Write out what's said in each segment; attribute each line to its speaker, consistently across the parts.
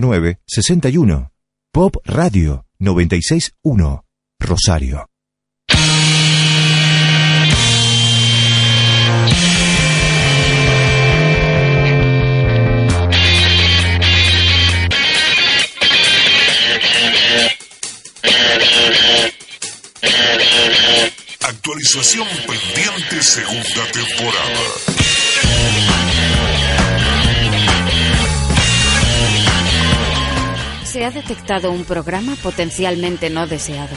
Speaker 1: nueve 61 Pop Radio 961 Rosario.
Speaker 2: Actualización pendiente segunda temporada.
Speaker 3: se ha detectado un programa potencialmente no deseado.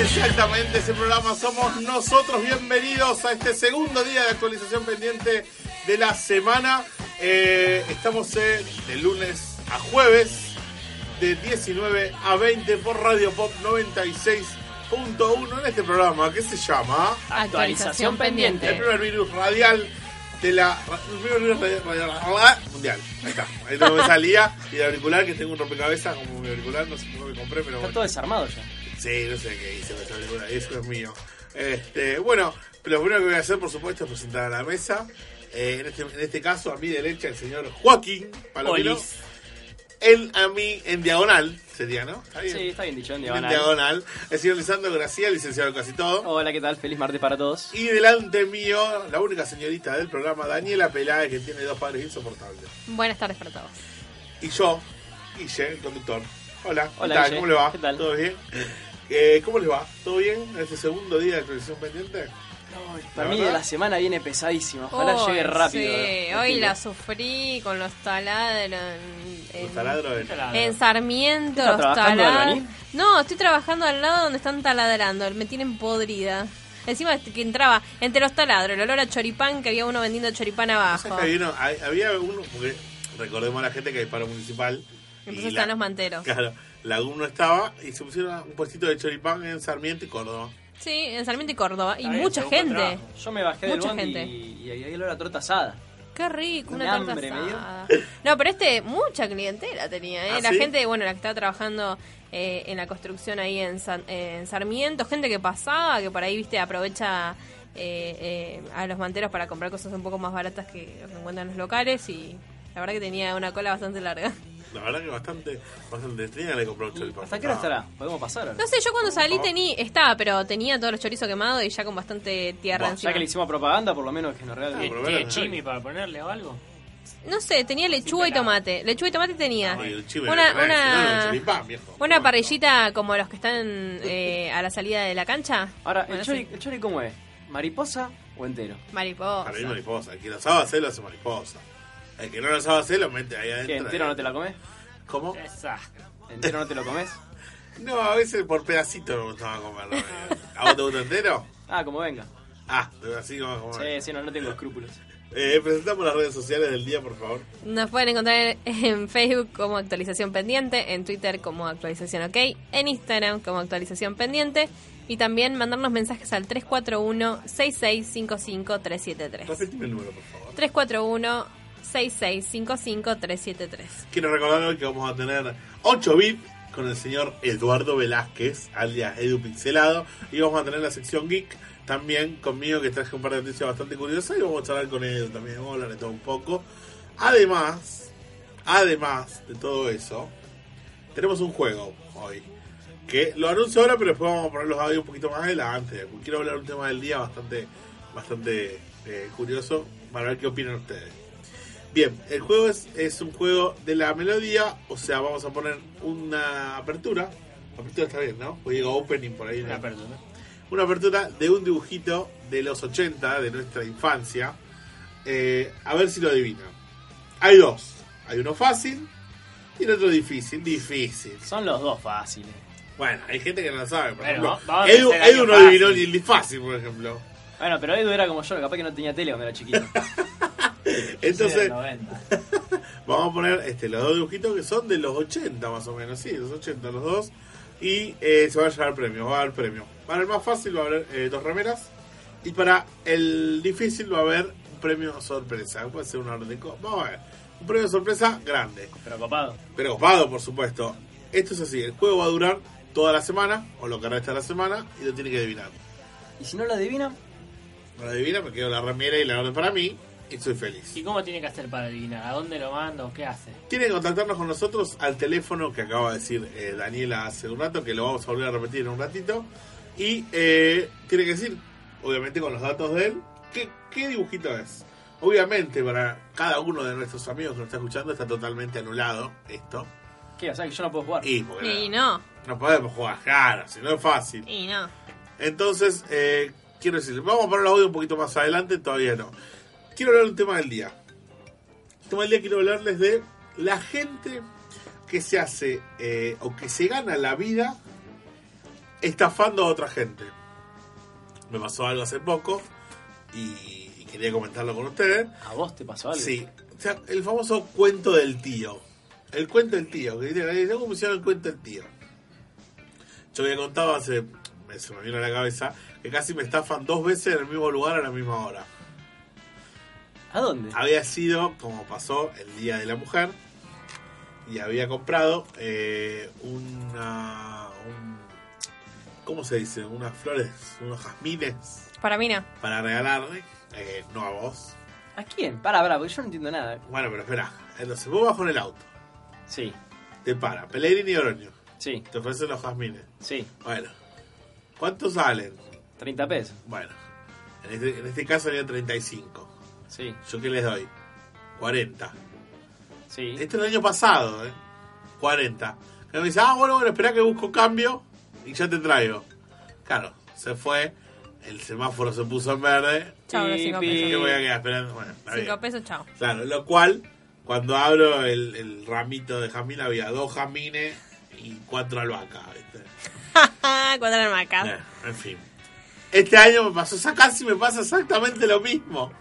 Speaker 4: Exactamente, ese programa somos nosotros. Bienvenidos a este segundo día de actualización pendiente de la semana. Eh, estamos eh, de lunes a jueves, de 19 a 20 por Radio Pop 96.1 en este programa que se llama
Speaker 5: Actualización
Speaker 4: El
Speaker 5: pendiente.
Speaker 4: primer virus radial de la. El primer virus radial, mundial. Ahí está. Ahí no me salía. Y el auricular, que tengo un rompecabezas como mi auricular, no sé por qué me compré, pero
Speaker 5: Está
Speaker 4: bueno.
Speaker 5: todo desarmado ya.
Speaker 4: Sí, no sé qué hice con ese auricular. Eso es mío. Este, bueno, pero lo primero que voy a hacer, por supuesto, es presentar a la mesa. Eh, en, este, en este caso, a mi derecha, el señor Joaquín Palomino.
Speaker 5: Olis.
Speaker 4: Él a mí en diagonal sería, ¿no? Está bien.
Speaker 5: Sí, está bien dicho, en
Speaker 4: En
Speaker 5: diagonal. Oh.
Speaker 4: diagonal. El señor Lisandro Graciela, licenciado en casi todo.
Speaker 5: Hola, ¿qué tal? Feliz martes para todos.
Speaker 4: Y delante mío, la única señorita del programa, Daniela Peláez, que tiene dos padres insoportables.
Speaker 6: Buenas tardes para todos.
Speaker 4: Y yo, Guille, el conductor. Hola, ¿qué
Speaker 5: Hola,
Speaker 4: tal?
Speaker 5: Guille.
Speaker 4: ¿Cómo le va?
Speaker 5: ¿Qué tal?
Speaker 4: ¿Todo bien? Eh, ¿Cómo les va? ¿Todo bien en este segundo día de actualización pendiente?
Speaker 5: Para
Speaker 4: ¿La
Speaker 5: mí
Speaker 4: verdad?
Speaker 5: la semana viene pesadísima. Ojalá
Speaker 6: Hoy,
Speaker 5: llegue rápido. ¿eh?
Speaker 6: Sí, hoy la sufrí con los taladros. En,
Speaker 4: Los taladros del-
Speaker 5: Claro.
Speaker 6: en Sarmiento,
Speaker 5: ¿Estás
Speaker 6: los
Speaker 5: trabajando,
Speaker 6: taladros.
Speaker 5: Albani?
Speaker 6: No, estoy trabajando al lado donde están taladrando. Me tienen podrida. Encima que entraba entre los taladros, el olor a choripán, que había uno vendiendo choripán abajo.
Speaker 4: ¿Sabes que había uno- hay- había uno, porque recordemos a la gente que hay paro municipal. y
Speaker 6: Entonces
Speaker 4: la-
Speaker 6: están los manteros.
Speaker 4: Claro, la UM no estaba y se pusieron un puestito de choripán en Sarmiento y Córdoba.
Speaker 6: Sí, en Sarmiento y Córdoba. Y
Speaker 5: Está bien,
Speaker 6: mucha
Speaker 5: se busca
Speaker 6: gente.
Speaker 5: trabajo. Yo me bajé del
Speaker 6: Mucha
Speaker 5: bondi
Speaker 6: gente.
Speaker 5: y, y ahí olor a torta asada.
Speaker 6: Qué rico,
Speaker 5: Un
Speaker 6: una torta
Speaker 5: hambre me dio.
Speaker 6: asada. No, pero este, mucha clientela tenía, ¿eh?
Speaker 4: ¿Ah,
Speaker 6: la
Speaker 4: sí?
Speaker 6: gente, bueno, la que estaba trabajando eh, en la construcción ahí en, San- eh, en Sarmiento, gente que pasaba, que por ahí, viste, aprovecha eh, eh, a los manteros para comprar cosas un poco más baratas que los que encuentran en los locales y la verdad que tenía una cola bastante larga.
Speaker 4: La verdad que bastante, bastante tenía que le compró el choripán.
Speaker 5: Mm, ¿Hasta qué hora
Speaker 4: Ah.
Speaker 5: estará? ¿Podemos pasar? ahora?
Speaker 6: No sé, yo cuando
Speaker 4: Oh.
Speaker 6: salí tenía, estaba, pero tenía todo el chorizo quemado y ya con bastante tierra
Speaker 4: Buah,
Speaker 5: Ya
Speaker 6: encima.
Speaker 5: que le hicimos propaganda, por lo menos que nos regalen.
Speaker 4: Ah, por lo
Speaker 7: ¿Tiene
Speaker 4: menos,
Speaker 7: chimi para ponerle o algo?
Speaker 6: No sé, tenía lechuga y tomate. Lechuga y tomate tenía.
Speaker 4: Y el chivo
Speaker 6: Una,
Speaker 4: era tremendo, era un
Speaker 6: una,
Speaker 4: eh, choripán, viejo.
Speaker 6: una
Speaker 4: Bueno.
Speaker 6: parrillita como los que están eh, a la salida de la cancha.
Speaker 5: Ahora,
Speaker 6: Bueno,
Speaker 5: el, chori,
Speaker 6: sí.
Speaker 5: ¿el chori cómo es? ¿Mariposa o entero?
Speaker 6: Mariposa.
Speaker 4: Para mí mariposa. El que lo sabe hacer lo hace mariposa. El que no lo sabe hacer lo mete ahí adentro.
Speaker 5: ¿Qué, ¿Entero no te la comes?
Speaker 4: ¿Cómo?
Speaker 7: Esa.
Speaker 5: ¿Entero no te lo comes?
Speaker 4: No, a veces por pedacito me gustaba comerlo. eh. ¿A vos te gusta entero?
Speaker 5: Ah, como venga.
Speaker 4: Ah, así como comer.
Speaker 5: Sí, sí, no, no tengo escrúpulos.
Speaker 4: Eh, presentamos las redes sociales del día, por favor.
Speaker 6: Nos pueden encontrar en Facebook como actualización pendiente, en Twitter como actualización ok, en Instagram como actualización pendiente y también mandarnos mensajes al 341-6655-373.
Speaker 4: Repetime el número, por favor.
Speaker 6: 341-6655-373.
Speaker 4: Quiero recordar hoy que vamos a tener 8 bits con el señor Eduardo Velázquez, alias Edu Pixelado. Y vamos a tener la sección geek también conmigo, que traje un par de noticias bastante curiosas. Y vamos a charlar con Edu también, vamos a hablar de todo un poco. Además, además de todo eso, tenemos un juego hoy. que lo anuncio ahora, pero después vamos a poner los audios un poquito más adelante. Quiero hablar de un tema del día bastante, bastante eh, curioso para ver qué opinan ustedes. Bien, el juego es, es un juego de la melodía, o sea, vamos a poner una apertura. Apertura está bien, ¿no? O digo opening por ahí. ¿no?
Speaker 5: Una persona.
Speaker 4: una apertura de un dibujito de los 80, de nuestra infancia. Eh, a ver si lo adivinan. Hay dos. Hay uno fácil y el otro difícil. Difícil.
Speaker 5: Son los dos fáciles.
Speaker 4: Bueno, hay gente que no lo sabe. Por
Speaker 5: Bueno,
Speaker 4: ejemplo,
Speaker 5: vamos a
Speaker 4: Edu,
Speaker 5: hacer
Speaker 4: Edu
Speaker 5: algo
Speaker 4: no adivinó ni
Speaker 5: fácil.
Speaker 4: el difícil, por ejemplo.
Speaker 5: Bueno, pero Edu era como yo, capaz que no tenía tele cuando era chiquito.
Speaker 4: Entonces,
Speaker 5: 90.
Speaker 4: vamos a poner este, los dos dibujitos que son de los 80 más o menos. Sí, los 80 los dos. Y eh, se va a llevar premio, va a haber premio. Para el más fácil va a haber eh, dos remeras. Y para el difícil va a haber un premio sorpresa. Puede ser una orden de co- Vamos a ver. Un premio sorpresa grande.
Speaker 5: Pero copado.
Speaker 4: Pero copado, por supuesto. Esto es así. El juego va a durar toda la semana, o lo que resta de la semana, y lo tiene que adivinar.
Speaker 5: ¿Y si no lo adivinan?
Speaker 4: No lo adivina, me quedo la remera y la orden para mí, y soy feliz.
Speaker 7: ¿Y cómo tiene que hacer para adivinar? ¿A dónde lo mando? ¿Qué hace?
Speaker 4: Tienen que contactarnos con nosotros al teléfono que acaba de decir eh, Daniela hace un rato, que lo vamos a volver a repetir en un ratito. Y eh, tiene que decir, obviamente con los datos de él, qué, qué dibujito es. Obviamente para cada uno de nuestros amigos que nos está escuchando está totalmente anulado esto.
Speaker 5: ¿Qué? O sea que yo no puedo jugar.
Speaker 4: Y porque
Speaker 6: Y no,
Speaker 4: no podemos jugar, claro, si no es fácil.
Speaker 6: y no.
Speaker 4: Entonces, eh, quiero decirles, vamos a poner el audio un poquito más adelante, todavía no. Quiero hablar de un tema del día. El tema del día quiero hablarles de la gente que se hace eh, o que se gana la vida estafando a otra gente. Me pasó algo hace poco y, y quería comentarlo con ustedes.
Speaker 5: ¿A vos te pasó algo?
Speaker 4: Sí, o sea, el famoso cuento del tío. El cuento del tío, que dice, ¿cómo hicieron el cuento del tío? Yo había contado hace, me- se me vino a la cabeza, que casi me estafan dos veces en el mismo lugar a la misma hora.
Speaker 5: ¿A dónde?
Speaker 4: Había sido, como pasó, el Día de la Mujer, y había comprado eh, una... un- ¿Cómo se dice? Unas flores, unos jazmines
Speaker 6: Para mí no.
Speaker 4: para regalarle, eh, no a vos.
Speaker 5: ¿A quién? Para, para, porque yo no entiendo nada.
Speaker 4: Bueno, pero espera, entonces vos bajo en el auto.
Speaker 5: Sí,
Speaker 4: Te para, Pellegrini y Oroño.
Speaker 5: sí,
Speaker 4: Te ofrecen los jazmines.
Speaker 5: sí.
Speaker 4: Bueno. ¿Cuántos salen?
Speaker 5: 30 pesos.
Speaker 4: Bueno. En este, en este caso había 35.
Speaker 5: Sí,
Speaker 4: ¿Yo qué les doy? 40.
Speaker 5: sí.
Speaker 4: Este es el año pasado, ¿eh? 40. Que me dice, ah, bueno, bueno, espera que busco cambio y ya te traigo. Claro, se fue. El semáforo se puso en verde.
Speaker 6: Chao, los cinco
Speaker 5: Pi,
Speaker 4: Y
Speaker 5: pi.
Speaker 6: pesos.
Speaker 4: yo voy a quedar esperando. Bueno, está bien.
Speaker 6: Cinco pesos, chao.
Speaker 4: Claro, lo cual, cuando abro el, el ramito de jazmín, había dos jazmines y cuatro albahacas, ¿viste?
Speaker 6: Cuatro en
Speaker 4: Eh, en fin. Este año me pasó, esa- casi me pasa exactamente lo mismo.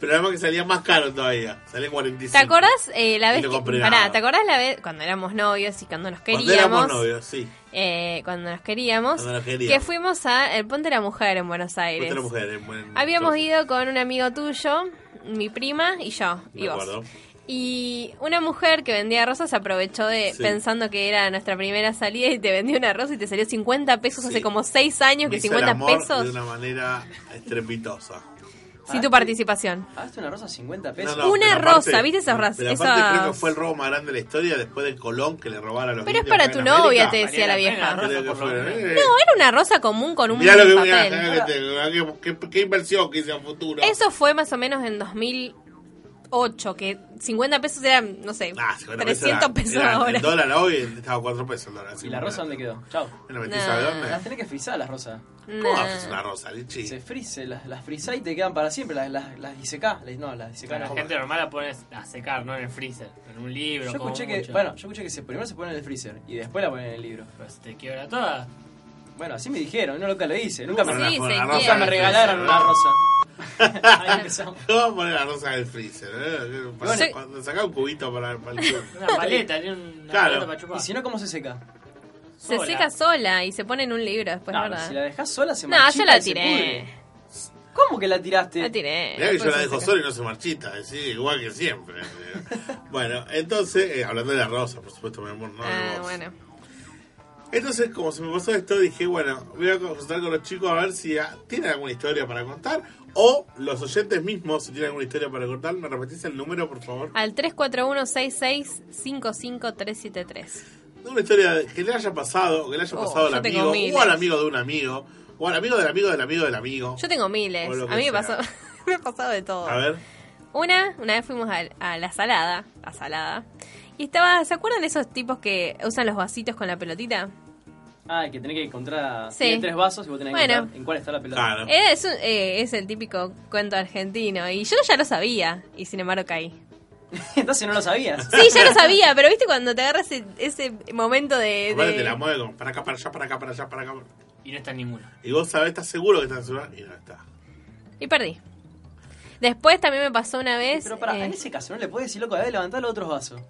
Speaker 4: Pero además que salía más caro todavía. Salía 45.
Speaker 6: ¿Te acordás eh, la
Speaker 4: Y
Speaker 6: vez
Speaker 4: no
Speaker 6: que,
Speaker 4: compré
Speaker 6: pará,
Speaker 4: nada.
Speaker 6: ¿te acordás la vez cuando éramos novios y cuando nos queríamos?
Speaker 4: Cuando éramos novios, sí.
Speaker 6: eh, cuando nos queríamos,
Speaker 4: Cuando nos queríamos.
Speaker 6: que fuimos a el Ponte de la Mujer en Buenos Aires.
Speaker 4: Otra mujer, en buen-
Speaker 6: Habíamos ido con un amigo tuyo, mi prima y yo,
Speaker 4: Me
Speaker 6: y vos.
Speaker 4: acuerdo.
Speaker 6: Y una mujer que vendía rosas se aprovechó de
Speaker 4: Sí.
Speaker 6: pensando que era nuestra primera salida y te vendió una rosa y te salió 50 pesos
Speaker 4: Sí.
Speaker 6: hace como 6
Speaker 4: Me
Speaker 6: años que
Speaker 4: hizo
Speaker 6: 50
Speaker 4: el amor
Speaker 6: pesos
Speaker 4: De una manera estrepitosa.
Speaker 6: sin tu participación.
Speaker 5: ¿Pagaste una rosa 50 pesos?
Speaker 6: no. Una
Speaker 4: pero aparte-
Speaker 6: rosa, ¿viste esas ras-
Speaker 4: Pero aparte
Speaker 6: esas-
Speaker 4: creo que fue el robo más grande de la historia después de Colón que le robara a los
Speaker 6: Pero es
Speaker 4: indios
Speaker 6: para
Speaker 4: acá
Speaker 6: tu
Speaker 4: en
Speaker 6: novia,
Speaker 4: América.
Speaker 6: te decía la
Speaker 7: Valía la
Speaker 6: vieja.
Speaker 7: pena,
Speaker 4: Creo que fue, eh,
Speaker 6: No, era una rosa común con un
Speaker 4: mirá lo que mirá,
Speaker 6: papel.
Speaker 4: mirá que te- mirá que- este, qué- qué inversión que hice a futuro.
Speaker 6: Eso fue más o menos en 2008, que 50 pesos eran, no sé,
Speaker 4: Ah, 50
Speaker 6: 300
Speaker 4: era-
Speaker 6: pesos
Speaker 4: era
Speaker 6: ahora.
Speaker 4: El dólar hoy estaba a 4 pesos el dólar. así
Speaker 5: ¿Y la
Speaker 4: que
Speaker 5: rosa
Speaker 4: era-
Speaker 5: dónde quedó? Chao.
Speaker 4: Era metí,
Speaker 6: Nah.
Speaker 4: ¿sabe
Speaker 5: Las
Speaker 4: dónde?
Speaker 5: tenés que frizar las rosas.
Speaker 4: ¿Cómo
Speaker 6: Nah.
Speaker 4: haces una rosa, Lichi?
Speaker 5: Se frise, las, las frizás y te quedan para siempre. Las, las, las disecás. Las- no, las disecás.
Speaker 7: la
Speaker 5: no.
Speaker 7: gente normal la pone a secar, no en el freezer, en un libro.
Speaker 5: Yo
Speaker 7: como
Speaker 5: escuché que,
Speaker 7: mucho.
Speaker 5: bueno, yo escuché que se, primero se pone en el freezer y después la ponen en el libro.
Speaker 7: Pero se te quiebra toda.
Speaker 5: Bueno, así me dijeron, no nunca lo hice, nunca
Speaker 4: Bueno,
Speaker 5: me,
Speaker 6: Sí,
Speaker 4: la- la
Speaker 6: se quiere.
Speaker 4: rosa
Speaker 7: Nunca me regalaron una rosa.
Speaker 5: Ahí empezamos.
Speaker 4: Vamos a poner la rosa del freezer. ¿eh? Para-
Speaker 6: Bueno.
Speaker 4: Cuando sacá un cubito para, para el culo.
Speaker 7: Una paleta, tiene una
Speaker 4: Claro.
Speaker 7: paleta para chupar.
Speaker 5: Y si no, ¿cómo se seca?
Speaker 6: Se
Speaker 7: Sola.
Speaker 6: seca sola y se pone en un libro después,
Speaker 5: No,
Speaker 6: ¿verdad?
Speaker 5: si la dejás sola se
Speaker 6: Pues No,
Speaker 5: marchita
Speaker 6: yo la
Speaker 5: y se
Speaker 6: tiré.
Speaker 5: pudre. ¿Cómo que la tiraste?
Speaker 6: La
Speaker 4: Mirá
Speaker 6: tiré.
Speaker 4: que yo
Speaker 5: Después
Speaker 4: la
Speaker 5: se
Speaker 4: dejo
Speaker 5: seca.
Speaker 4: sola y no se marchita, ¿eh? sí, igual que siempre. eh. bueno, entonces, eh, hablando de la rosa, por supuesto, mi amor, no de
Speaker 6: Ah,
Speaker 4: vos.
Speaker 6: bueno.
Speaker 4: Entonces, como se me pasó esto, dije, bueno, voy a consultar con los chicos a ver si ah, tienen alguna historia para contar. O los oyentes mismos, si tienen alguna historia para contar, me repetís el número, por favor.
Speaker 6: Al 341 66 55 373
Speaker 4: Una historia de- que le haya pasado, que le haya
Speaker 6: Oh,
Speaker 4: pasado al
Speaker 6: yo tengo
Speaker 4: amigo,
Speaker 6: miles.
Speaker 4: o al amigo de un amigo, o al amigo del amigo del amigo del amigo.
Speaker 6: Yo tengo miles.
Speaker 4: O lo que
Speaker 6: A mí me
Speaker 4: sea.
Speaker 6: pasó, me ha pasado de todo.
Speaker 4: A ver,
Speaker 6: Una, una vez fuimos al- a, la salada, la salada, y estaba, ¿se acuerdan de esos tipos que usan los vasitos con la pelotita?
Speaker 5: Ah, que tenés que encontrar.
Speaker 6: Sí.
Speaker 5: Tiene tres vasos y vos tenés que
Speaker 6: Bueno.
Speaker 5: encontrar en cuál está la pelota.
Speaker 4: claro.
Speaker 6: Era- es, un- eh, es el típico cuento argentino, y yo ya lo sabía, y sin embargo caí.
Speaker 5: Entonces no lo sabías.
Speaker 6: Sí, ya lo sabía, pero viste cuando te agarras ese, ese momento de...
Speaker 4: Aparte
Speaker 6: de-
Speaker 4: te la mueve como para acá, para allá, para acá, para allá, para acá.
Speaker 7: Y no está en ninguno.
Speaker 4: Y vos sabés, estás seguro que está en el celular y no está.
Speaker 6: Y perdí. Después también me pasó una vez...
Speaker 5: Pero pará,
Speaker 6: eh,
Speaker 5: en ese caso no le podés decir, loco, a ver, levantá los otros vasos.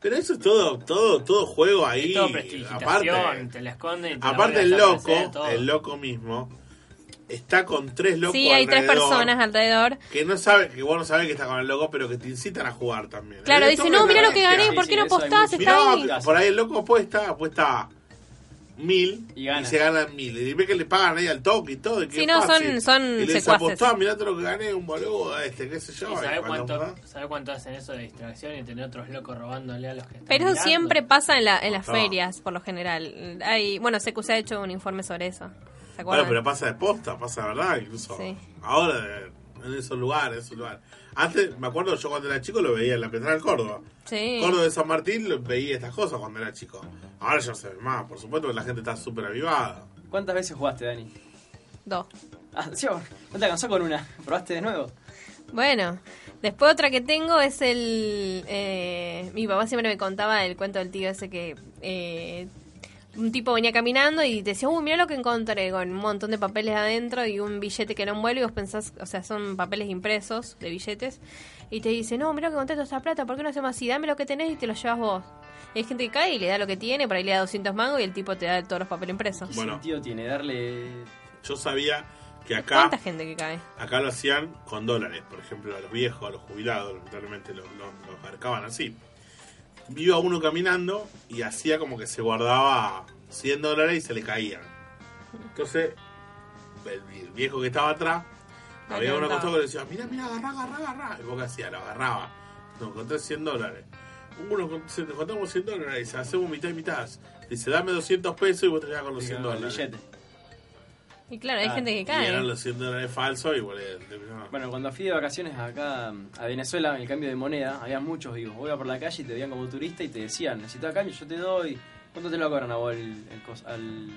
Speaker 4: Pero eso es todo, todo, todo juego ahí.
Speaker 7: Y todo prestigitación,
Speaker 4: aparte,
Speaker 7: te la esconden. y te la
Speaker 4: aparte el
Speaker 7: vuelven a
Speaker 4: loco,
Speaker 7: desaparecer, todo.
Speaker 4: el loco mismo, está con tres locos
Speaker 6: sí, hay tres
Speaker 4: alrededor
Speaker 6: personas alrededor.
Speaker 4: Que no sabe, que vos no sabés que está con el loco, pero que te incitan a jugar también.
Speaker 6: Claro,
Speaker 4: Es
Speaker 6: dice,
Speaker 4: toda
Speaker 6: no,
Speaker 4: una
Speaker 6: mira lo que
Speaker 4: estrategia.
Speaker 6: gané,
Speaker 5: Sí,
Speaker 6: ¿por
Speaker 5: sí,
Speaker 6: qué no
Speaker 5: eso hay
Speaker 6: apostás?
Speaker 5: mucho.
Speaker 6: Está
Speaker 4: Mirá,
Speaker 6: ahí.
Speaker 4: por ahí el loco apuesta, apuesta mil
Speaker 5: Y
Speaker 4: y,
Speaker 5: gana.
Speaker 4: se ganan mil. Y ve que le pagan ahí al toque y todo. y qué
Speaker 6: Sí, no, son-
Speaker 4: fácil.
Speaker 6: son
Speaker 4: Y les
Speaker 6: secuaces.
Speaker 4: apostó, mirá todo lo que gané, un boludo este, qué sé yo.
Speaker 7: ¿Y
Speaker 4: y
Speaker 7: sabe
Speaker 4: cuando
Speaker 7: cuánto,
Speaker 4: apostás-
Speaker 7: sabe cuánto hacen eso de distracción y tener otros locos robándole a los que están
Speaker 6: Pero eso
Speaker 7: mirando?
Speaker 6: siempre pasa en, la- en las
Speaker 4: Ah.
Speaker 6: ferias, por lo general. Hay, bueno, CQC ha hecho un informe sobre eso. ¿Se
Speaker 4: Bueno,
Speaker 6: acuerdan?
Speaker 4: pero pasa de posta, pasa de verdad, incluso.
Speaker 6: Sí.
Speaker 4: Ahora, eh, en esos lugares, en esos lugares. Antes, me acuerdo, yo cuando era chico lo veía en la Petral Córdoba.
Speaker 6: sí.
Speaker 4: Córdoba de San Martín lo- veía estas cosas cuando era chico. Ahora ya se ve más, por supuesto que la gente está súper avivada.
Speaker 5: ¿Cuántas veces jugaste, Dani?
Speaker 6: Dos.
Speaker 5: Ah, sí, no te alcanzó con una. ¿Probaste de nuevo?
Speaker 6: Bueno, después otra que tengo es el... eh, mi papá siempre me contaba el cuento del tío ese que... eh, un tipo venía caminando y te decía, uy, mira lo que encontré, con un montón de papeles adentro y un billete que era un vuelo y vos pensás, o sea, son papeles impresos de billetes, y te dice, no, mira lo que encontré toda esta plata, ¿por qué no hacemos así? Dame lo que tenés y te lo llevas vos. Y hay gente que cae y le da lo que tiene, por ahí le da 200 mangos y el tipo te da todos los papeles impresos.
Speaker 4: Bueno.
Speaker 5: Tío, tiene darle.
Speaker 4: Yo sabía que acá
Speaker 6: ¿Cuánta gente que cae?
Speaker 4: Acá lo hacían con dólares, por ejemplo, a los viejos, a los jubilados, lamentablemente los, los- los marcaban así. Iba uno caminando y hacía como que se guardaba 100 dólares y se le caían. Entonces, el, el viejo que estaba atrás,
Speaker 6: Lo
Speaker 4: había uno
Speaker 6: levantaba.
Speaker 4: acostado que le decía, mira, mira, agarrá, agarrá, agarrá. Y vos qué hacías, lo agarraba. Nos encontré 100 dólares. Uno, con- se- nos encontramos 100 dólares y dice, hacemos mitad y mitad. Dice, dame 200 pesos y vos te quedás con los 100
Speaker 5: con el
Speaker 4: dólares.
Speaker 5: billete.
Speaker 6: Y claro, hay
Speaker 5: Ah,
Speaker 6: gente que
Speaker 4: Y
Speaker 6: cae.
Speaker 4: eran los 100 dólares falsos y bueno, terminaba-
Speaker 5: Bueno, cuando fui de vacaciones acá mm, a Venezuela, en el cambio de moneda, había muchos vivos. Vos ibas por la calle y te veían como turista y te decían, necesitas cambio, yo te doy. ¿Cuánto te lo cobran a vos el- el cos- al,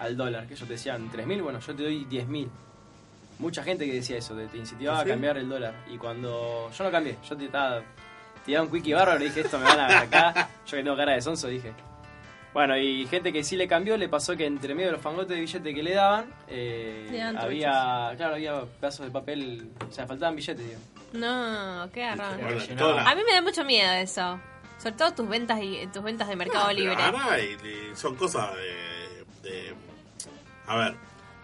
Speaker 5: al dólar? Que ellos te decían, ¿3.000? Bueno, yo te doy 10.000. Mucha gente que decía eso, te, te incentivaba
Speaker 4: ¿Ah, sí?
Speaker 5: a cambiar el dólar. Y cuando yo no cambié, yo te estaba tiraba un quickie bárbaro, dije, esto me van a ver acá. Yo que tengo cara de sonso, dije. Bueno, y gente que sí le cambió, le pasó que entre medio de los fangotes de billete que le daban, eh,
Speaker 6: Le daban
Speaker 5: había, claro, había pedazos de papel, o sea, faltaban billetes, digo.
Speaker 6: No, qué garrón.
Speaker 4: Bueno,
Speaker 7: Llenaba.
Speaker 4: toda la-
Speaker 6: A mí me da mucho miedo eso. Sobre todo tus ventas y tus ventas de
Speaker 7: Ah,
Speaker 6: Mercado
Speaker 4: Pero
Speaker 6: Libre.
Speaker 4: ahora y- y son cosas de, de- A ver,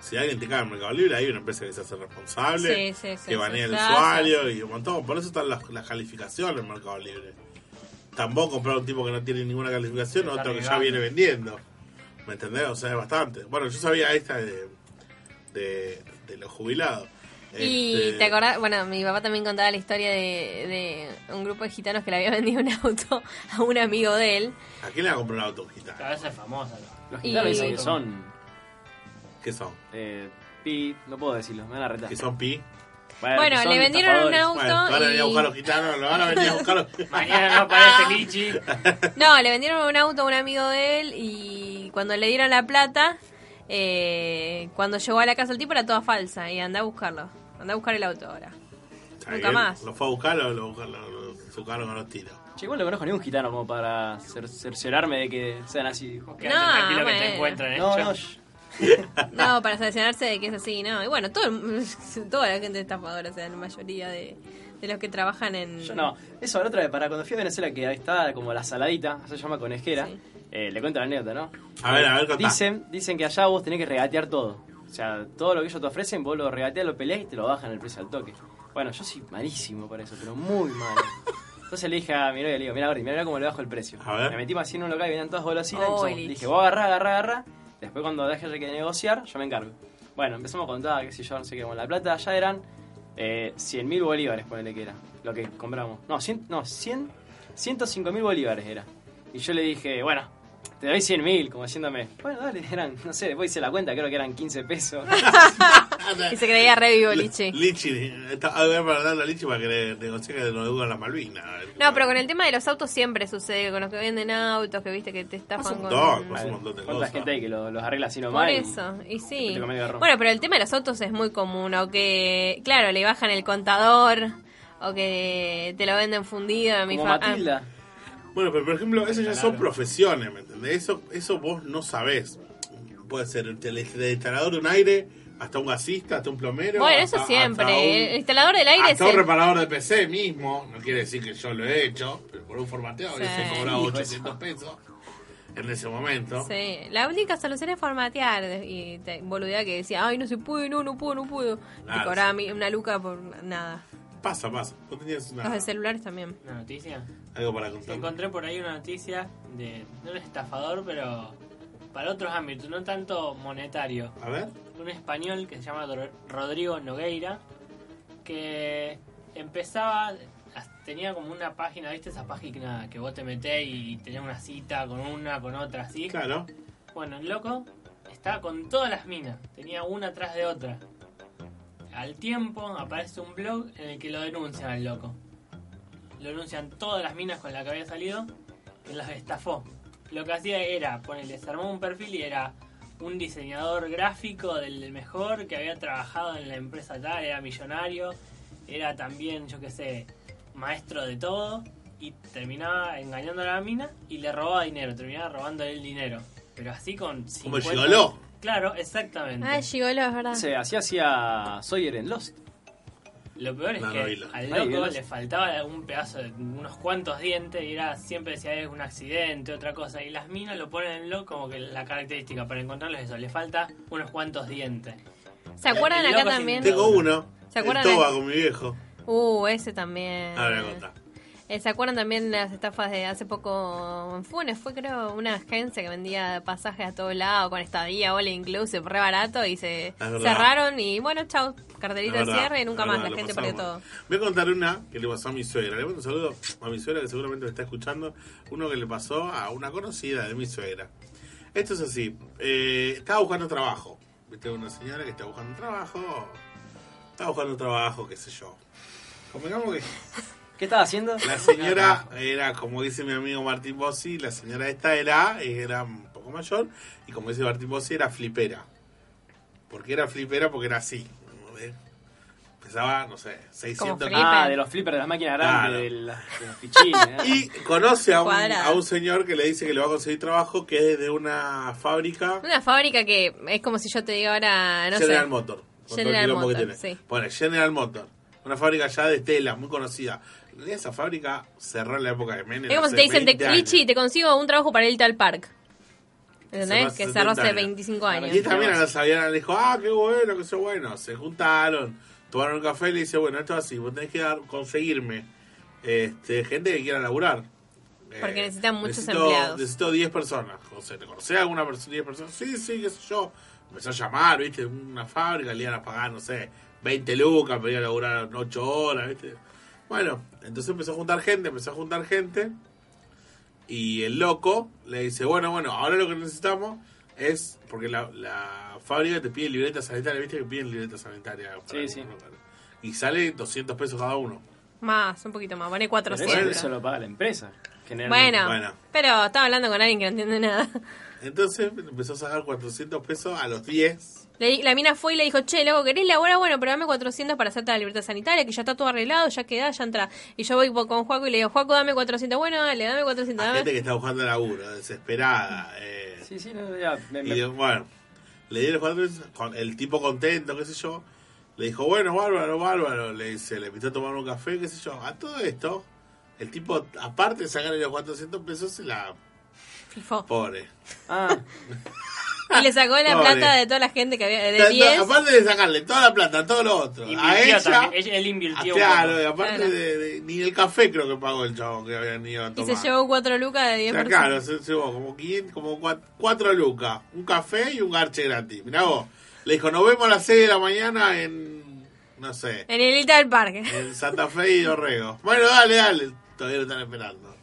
Speaker 4: si alguien te cae en Mercado Libre, hay una empresa que se hace responsable,
Speaker 6: Sí, sí, sí,
Speaker 4: que banea
Speaker 6: sí,
Speaker 4: al
Speaker 6: sí,
Speaker 4: usuario y un montón. Por eso están las, las calificaciones en Mercado Libre. Tampoco comprar un tipo que no tiene ninguna calificación,
Speaker 7: Está
Speaker 4: otro que ya
Speaker 7: negando.
Speaker 4: viene vendiendo. ¿Me entendés? O sea, es bastante. Bueno, yo sabía esta de, de, de los jubilados.
Speaker 6: Y
Speaker 4: Este,
Speaker 6: te acordás, bueno, mi papá también contaba la historia de, de un grupo de gitanos que le había vendido un auto a un amigo de él.
Speaker 4: ¿A quién le va a comprar un auto gitano?
Speaker 7: Cabeza es famosa. ¿no?
Speaker 5: Los
Speaker 6: Y-
Speaker 5: gitanos dicen que son,
Speaker 4: ¿Qué son?
Speaker 5: eh, pi, no puedo decirlo, me van a retar.
Speaker 4: ¿Qué son pi?
Speaker 6: Bueno,
Speaker 5: que son
Speaker 6: le vendieron un
Speaker 5: estafadores.
Speaker 6: auto
Speaker 4: Bueno, van a venir a buscar
Speaker 6: y-
Speaker 4: los gitanos, lo van a venir a buscar los...
Speaker 7: Mañana no aparece Lichi.
Speaker 6: No, le vendieron un auto a un amigo de él y cuando le dieron la plata, eh, cuando llegó a la casa el tipo era toda falsa y anda a buscarlo. Anda a buscar el auto ahora.
Speaker 4: Está
Speaker 6: Nunca
Speaker 4: bien.
Speaker 6: más.
Speaker 4: Lo fue a buscar o lo, lo, lo- lo sucaron con los tiros.
Speaker 5: Che, igual no conozco ningún gitano como para cer- cerciorarme de que sean así. dijo.
Speaker 7: Quédate
Speaker 6: No,
Speaker 7: tranquilo que
Speaker 6: Ah, bueno.
Speaker 7: te encuentran. ¿eh?
Speaker 5: No,
Speaker 7: Yo-
Speaker 5: no, sh-
Speaker 6: No, para cerciorarse de que es así, no. Y bueno, todo, el- toda la gente estafadora, o sea, la mayoría de, de los que trabajan en...
Speaker 5: Yo no. Eso la otra vez, para cuando fui a Venezuela, que ahí está como la saladita, se llama conejera.
Speaker 6: Sí.
Speaker 5: Eh, le cuento la anécdota, ¿no?
Speaker 4: A ver, a ver, contá.
Speaker 5: Dicen, dicen que allá vos tenés que regatear todo. O sea, todo lo que ellos te ofrecen, vos lo regateas, lo peleas y te lo bajan el precio al toque. Bueno, yo soy malísimo para eso, pero muy malo. Entonces le dije a mi novia, le digo, mira Gordi, mira cómo le bajo el precio.
Speaker 4: A ver.
Speaker 5: Me metí más así en un local y venían todas golosinas.
Speaker 6: Oh,
Speaker 5: empezamos-
Speaker 6: Lich.
Speaker 5: le dije, vos agarrá, agarrá, agarrá. Después cuando deje de negociar, yo me encargo. Bueno, empezamos a contar, qué sé yo, no sé qué, con la plata allá eran eh, 100 mil bolívares, ponele que era, lo que compramos. No, 100, no, 100, 105 mil bolívares era. Y yo le dije, bueno, Te doy 100 mil, como haciéndome. Bueno, dale, eran, no sé, después hice la cuenta, creo que eran 15 pesos.
Speaker 6: Y se creía re vivo, Lichi.
Speaker 4: Lichi, está- ah, a ver, para darle a Lichi para que le negocie que no dudan las Malvinas.
Speaker 6: No, pero con el tema de los autos siempre sucede, con los que venden autos, que viste que te estafan con...
Speaker 4: montón, pasa
Speaker 5: Vale,
Speaker 4: un montón de
Speaker 5: ¿Cuánta
Speaker 4: cosas.
Speaker 5: gente hay que lo- los arregla así
Speaker 6: Por
Speaker 5: nomás? y-
Speaker 6: eso, y sí.
Speaker 5: te comes el garrón.
Speaker 6: Bueno, pero el tema de los autos es muy común, o que, claro, le bajan el contador, o que te lo venden fundido a mi
Speaker 5: Como
Speaker 6: fa- ah,
Speaker 5: Matilda.
Speaker 4: Bueno, pero por ejemplo, esas ya son profesiones, ¿me entendés? Eso, eso vos no sabés. Puede ser el tele- el instalador de un aire, hasta un gasista, hasta un plomero.
Speaker 6: Bueno,
Speaker 4: hasta-
Speaker 6: eso siempre. eh.
Speaker 4: hasta un-
Speaker 6: el instalador del aire es
Speaker 4: Hasta un
Speaker 6: el-
Speaker 4: reparador de PC mismo, no quiere decir que yo lo he hecho, pero por un formateo
Speaker 6: Sí.
Speaker 4: yo se cobraba
Speaker 5: Hijo,
Speaker 4: 800 pesos en ese momento.
Speaker 6: Sí, la única solución es formatear. Y te boludea que decía, ay, no se pudo, no, no pudo, no pudo.
Speaker 4: Claro,
Speaker 6: y cobraba mi- una luca por nada.
Speaker 4: Pasa, pasa. ¿Vos tenías una-
Speaker 6: Los de celulares también.
Speaker 7: ¿Una noticia?
Speaker 4: algo para contar?
Speaker 7: Encontré por ahí una noticia de, no un estafador, pero para otros ámbitos, no tanto monetario.
Speaker 4: A ver.
Speaker 7: un español que se llama Dor- Rodrigo Nogueira, que empezaba, as- tenía como una página, ¿viste esa página que vos te metés y tenés una cita con una, con otra, así?
Speaker 4: Claro.
Speaker 7: Bueno, el loco estaba con todas las minas, tenía una atrás de otra. Al tiempo aparece un blog en el que lo denuncian al loco. Lo denuncian todas las minas con las que había salido, que las estafó. Lo que hacía era, ponerle, se armó un perfil y era un diseñador gráfico del mejor que había trabajado en la empresa tal, era millonario, era también, yo qué sé, maestro de todo y terminaba engañando a la mina y le robaba dinero, terminaba robándole el dinero. Pero así con 50...
Speaker 4: Como el gigoló.
Speaker 7: Claro, exactamente.
Speaker 6: Ah, Gigolo, es verdad.
Speaker 5: Se, así hacía Sawyer en Lost.
Speaker 7: Lo peor es
Speaker 4: No,
Speaker 7: que
Speaker 4: no, hilo.
Speaker 7: al
Speaker 5: Ay,
Speaker 7: loco
Speaker 5: Dios.
Speaker 7: le faltaba un pedazo de unos cuantos dientes y era siempre decía es un accidente, otra cosa. Y las minas lo ponen en lo como que la característica para encontrarlo es eso, le falta unos cuantos dientes.
Speaker 6: ¿Se acuerdan
Speaker 7: El
Speaker 6: acá
Speaker 7: loco sin
Speaker 6: también?
Speaker 7: dedo.
Speaker 4: Tengo uno.
Speaker 6: ¿Se acuerdan
Speaker 4: El toba
Speaker 6: de-
Speaker 4: con mi viejo.
Speaker 6: Uh, ese también.
Speaker 4: Ahora voy a contar.
Speaker 6: Eh, ¿Se acuerdan también las estafas de hace poco en Funes? Fue creo una agencia que vendía pasajes a todo lado con estadía, all inclusive, re barato y se
Speaker 4: verdad.
Speaker 6: cerraron y bueno, chau, carterita
Speaker 4: La
Speaker 6: de
Speaker 4: verdad,
Speaker 6: cierre y
Speaker 4: la
Speaker 6: nunca más,
Speaker 4: verdad,
Speaker 6: la
Speaker 4: lo
Speaker 6: gente perdió todo.
Speaker 4: pasamos. Voy a contar una que le pasó a mi suegra. Le mando un saludo a mi suegra que seguramente me está escuchando. Uno que le pasó a una conocida de mi suegra. Esto es así. Eh, estaba buscando trabajo. Viste, una señora que está buscando trabajo. Estaba buscando trabajo, qué sé yo. Convengamos que
Speaker 5: ¿Qué estaba haciendo?
Speaker 4: la señora era, como dice mi amigo Martín Bossi, la señora esta era, era un poco mayor, y como dice Martín Bossi, era flipera. ¿Por qué era flipera? Porque era así. ¿no? ¿Eh? Pesaba, no sé, 600
Speaker 6: Como
Speaker 5: Ah,
Speaker 6: Flipper. Ah,
Speaker 5: de los flippers de las máquinas
Speaker 4: Claro.
Speaker 5: grandes, de, las- de los pichines. ¿eh?
Speaker 4: Y conoce a un,
Speaker 6: Cuadrada.
Speaker 4: a un señor que le dice que le va a conseguir trabajo, que es de una fábrica
Speaker 6: Una fábrica que es como si yo te diga ahora, no
Speaker 4: General
Speaker 6: sé.
Speaker 4: Motor. con todo el
Speaker 6: General
Speaker 4: quilombo que
Speaker 6: Motor,
Speaker 4: tiene.
Speaker 6: sí.
Speaker 4: Bueno, General Motor. Una fábrica ya de telas, muy conocida. Esa fábrica cerró en la época de Menem.
Speaker 6: Es como si
Speaker 4: hace
Speaker 6: te dicen,
Speaker 4: 20
Speaker 6: te,
Speaker 4: años.
Speaker 6: Lichi, te consigo un trabajo para irte al parque.
Speaker 4: Cerró
Speaker 6: ¿Entendés?
Speaker 4: hace
Speaker 6: Que cerró
Speaker 4: 70
Speaker 6: hace
Speaker 4: años.
Speaker 6: 25
Speaker 4: Y
Speaker 6: años.
Speaker 4: esta mina no sabía, le dijo, ah, qué bueno, que soy bueno. Se juntaron, tomaron un café y le dice, bueno, esto es así, vos tenés que dar- conseguirme este, gente que quiera laburar. Eh,
Speaker 6: Porque necesitan muchos
Speaker 4: necesito-
Speaker 6: empleados.
Speaker 4: Necesito 10 personas. O sea, ¿te conocés a alguna persona? 10 personas. Sí, sí, qué sé yo. Empezó a llamar, viste, una fábrica, le iban a pagar, no sé, 20 lucas, pedía laburar 8 horas, viste. Bueno, entonces empezó a juntar gente, empezó a juntar gente. Y el loco le dice, bueno, bueno, ahora lo que necesitamos es, porque la, la fábrica te pide libreta sanitaria, viste que piden libreta sanitaria. para
Speaker 5: Sí, sí.
Speaker 4: algunos lugares. Y sale 200 pesos cada uno.
Speaker 6: Más, un poquito más. Pone
Speaker 5: Pero
Speaker 6: 400.
Speaker 5: eso,
Speaker 4: Bueno.
Speaker 5: eso lo paga la empresa. generalmente.
Speaker 6: Bueno,
Speaker 4: Bueno.
Speaker 6: pero estaba hablando con alguien que no entiende nada.
Speaker 4: Entonces empezó a sacar 400 pesos a los 10.
Speaker 6: Le di- la mina fue y le dijo, che, loco, ¿querés laburar? Bueno, pero dame 400 para hacerte la libertad sanitaria, que ya está todo arreglado, ya queda, ya entra. Y yo voy po- con Juaco y le digo, Juaco, dame 400. Bueno, dale, dame 400.
Speaker 4: A Ah, gente
Speaker 6: Dame.
Speaker 4: que está buscando laburo, desesperada. eh,
Speaker 5: Sí, sí, no, ya, me-
Speaker 4: Y
Speaker 5: me-
Speaker 4: de- bueno, le dieron cuatro veces, con el tipo contento, qué sé yo. Le dijo, bueno, bárbaro, bárbaro. Le dice, le invitó a tomar un café, qué sé yo. A todo esto, el tipo, aparte de sacarle los 400 pesos, se la
Speaker 6: Fifó.
Speaker 4: pone.
Speaker 5: Ah,
Speaker 6: Y le sacó la
Speaker 4: Pobre.
Speaker 6: plata de toda la gente que había, de
Speaker 4: Tanto-
Speaker 6: 10.
Speaker 4: aparte de sacarle toda la plata, a todo lo otro. A
Speaker 7: Invirtió
Speaker 4: ella.
Speaker 7: también, él- él invirtió
Speaker 4: Ah,
Speaker 7: un
Speaker 4: claro,
Speaker 7: poco.
Speaker 4: y aparte
Speaker 6: Claro.
Speaker 4: De, de- ni el café creo que pagó el chabón que habían ido a
Speaker 6: Y
Speaker 4: tomar.
Speaker 6: se llevó 4 lucas de 10
Speaker 4: O sea,
Speaker 6: personas.
Speaker 4: claro, se se llevó como, 500, como 4 lucas, un café y un garche gratis. Mirá vos, le dijo, nos vemos a las 6 de la mañana en, no sé,
Speaker 6: En
Speaker 4: Eh,
Speaker 6: el Elita del Parque.
Speaker 4: en Santa Fe y Dorrego. Bueno, dale, dale, todavía lo están esperando.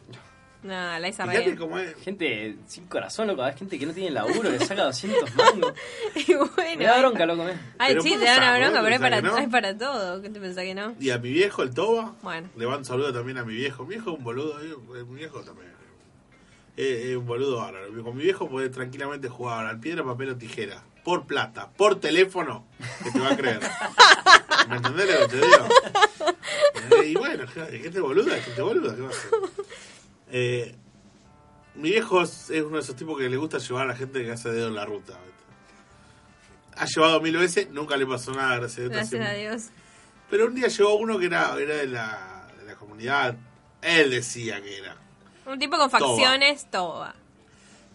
Speaker 6: No, la hice
Speaker 4: Fíjate
Speaker 6: re
Speaker 4: cómo es.
Speaker 5: Gente sin corazón, loco. Es gente que no tiene laburo, que saca 200 mangos.
Speaker 6: Y bueno.
Speaker 5: Me da bronca, loco. me-
Speaker 6: Ay,
Speaker 4: Pero
Speaker 6: sí,
Speaker 4: ¿cómo
Speaker 6: te da una
Speaker 4: sabes?
Speaker 6: bronca,
Speaker 4: ¿Vos
Speaker 6: pero es
Speaker 4: pensás
Speaker 6: para,
Speaker 4: que no?
Speaker 6: es para todo. ¿Qué te pensás que no?
Speaker 4: Y a mi viejo, el Toba,
Speaker 6: Bueno.
Speaker 4: le mando un saludo también a mi viejo. Mi viejo es un boludo, eh, eh, mi viejo también. Es es un boludo ahora. Con mi viejo puede tranquilamente jugar al piedra, papel o tijera. Por plata, por teléfono, que te va a creer. ¿Me entendés lo que te digo? Eh, Y bueno, ¿qué te boluda? ¿Qué te boluda? este ¿Qué va a hacer? Eh, mi viejo es, es uno de esos tipos que le gusta llevar a la gente que hace dedo en la ruta. ¿viste? Ha llevado mil veces, nunca le pasó nada, gracias a Dios,
Speaker 6: Gracias
Speaker 4: hace
Speaker 6: a Dios.
Speaker 4: pero un día llegó uno que era, era de, la, de la comunidad. Él decía que era.
Speaker 6: Un tipo con facciones, toba.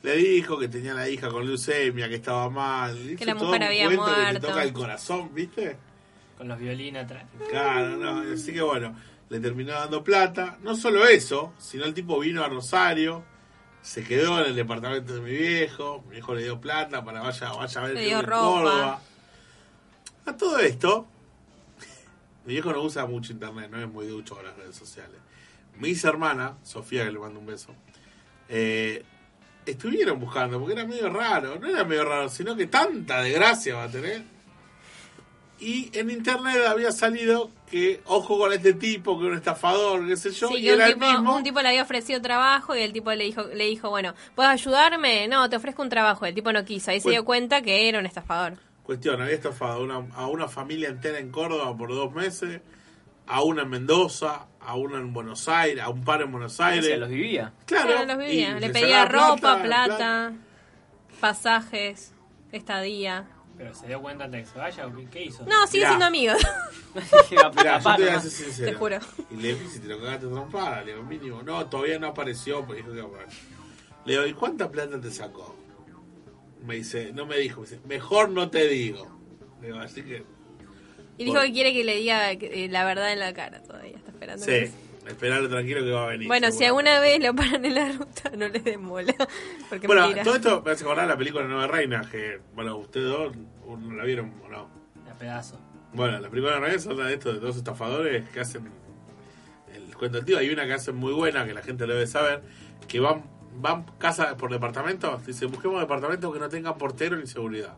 Speaker 4: Le dijo que tenía la hija con leucemia, que estaba mal. Le hizo
Speaker 6: la
Speaker 4: todo
Speaker 6: mujer
Speaker 4: un
Speaker 6: había
Speaker 4: cuento Que te
Speaker 6: muerto.
Speaker 4: toca el corazón, ¿viste?
Speaker 7: Con los violines atrás.
Speaker 4: Claro, no. Así que bueno, le terminó dando plata. No solo eso, sino el tipo vino a Rosario, se quedó en el departamento de mi viejo. Mi viejo le dio plata para vaya, vaya a ver
Speaker 6: Le
Speaker 4: qué vive
Speaker 6: dio
Speaker 4: en
Speaker 6: ropa.
Speaker 4: Córdoba. A todo esto, mi viejo no usa mucho internet, no es muy ducho con las redes sociales. Mis hermanas, Sofía, que le mando un beso, eh, estuvieron buscando, porque era medio raro, no era medio raro, sino que tanta desgracia va a tener. Y en internet había salido que, ojo con este tipo, que era un estafador, qué sé yo,
Speaker 6: Sí,
Speaker 4: y
Speaker 6: que un
Speaker 4: era
Speaker 6: tipo,
Speaker 4: el mismo.
Speaker 6: un tipo le había ofrecido trabajo y el tipo le dijo, le dijo bueno, ¿puedes ayudarme? No, te ofrezco un trabajo. El tipo no quiso. Ahí se
Speaker 4: Bueno.
Speaker 6: dio cuenta que era un estafador.
Speaker 4: Cuestión, había estafado a una, a una familia entera en Córdoba por dos meses, a una en Mendoza, a una en Buenos Aires, a un par en Buenos
Speaker 5: Se
Speaker 4: Aires.
Speaker 5: los vivía.
Speaker 4: Claro,
Speaker 6: Claro, los
Speaker 4: y
Speaker 6: vivía. Le pedía
Speaker 4: sacaba plata.
Speaker 6: ropa, plata, pasajes, estadía.
Speaker 7: Pero se dio cuenta antes de que se vaya, ¿o qué, qué hizo?
Speaker 6: No, sigue
Speaker 4: Mirá.
Speaker 6: siendo amigos.
Speaker 5: Iba a
Speaker 4: Mirá,
Speaker 5: pegar
Speaker 4: yo te voy a
Speaker 5: palo,
Speaker 4: ser sincero.
Speaker 6: Te juro.
Speaker 4: Y le dije, si te lo cagaste trompada, le digo, mínimo. No, todavía no apareció, pero dijo que bueno. Le digo, ¿y cuánta plata te sacó? Me dice, no me dijo, me dice, mejor no te digo. Le digo, así que,
Speaker 6: Y dijo que quiere que le diga que- eh, la verdad en la cara todavía. Está esperando.
Speaker 4: sí, esperalo tranquilo que va a venir.
Speaker 6: Bueno, si
Speaker 4: seguramente.
Speaker 6: alguna vez lo paran en la ruta, no les den bola. Porque
Speaker 4: Bueno,
Speaker 6: mentira.
Speaker 4: todo esto me hace acordar la película Nueva Reina, que, bueno, ustedes dos no la vieron o no.
Speaker 7: A pedazo.
Speaker 4: Bueno, la película Nueva Reina es otra de estos de dos estafadores que hacen el cuento del tío. Hay una que hacen muy buena, que la gente lo debe saber, que van van casa por departamento, dice, busquemos departamentos que no tengan portero ni seguridad.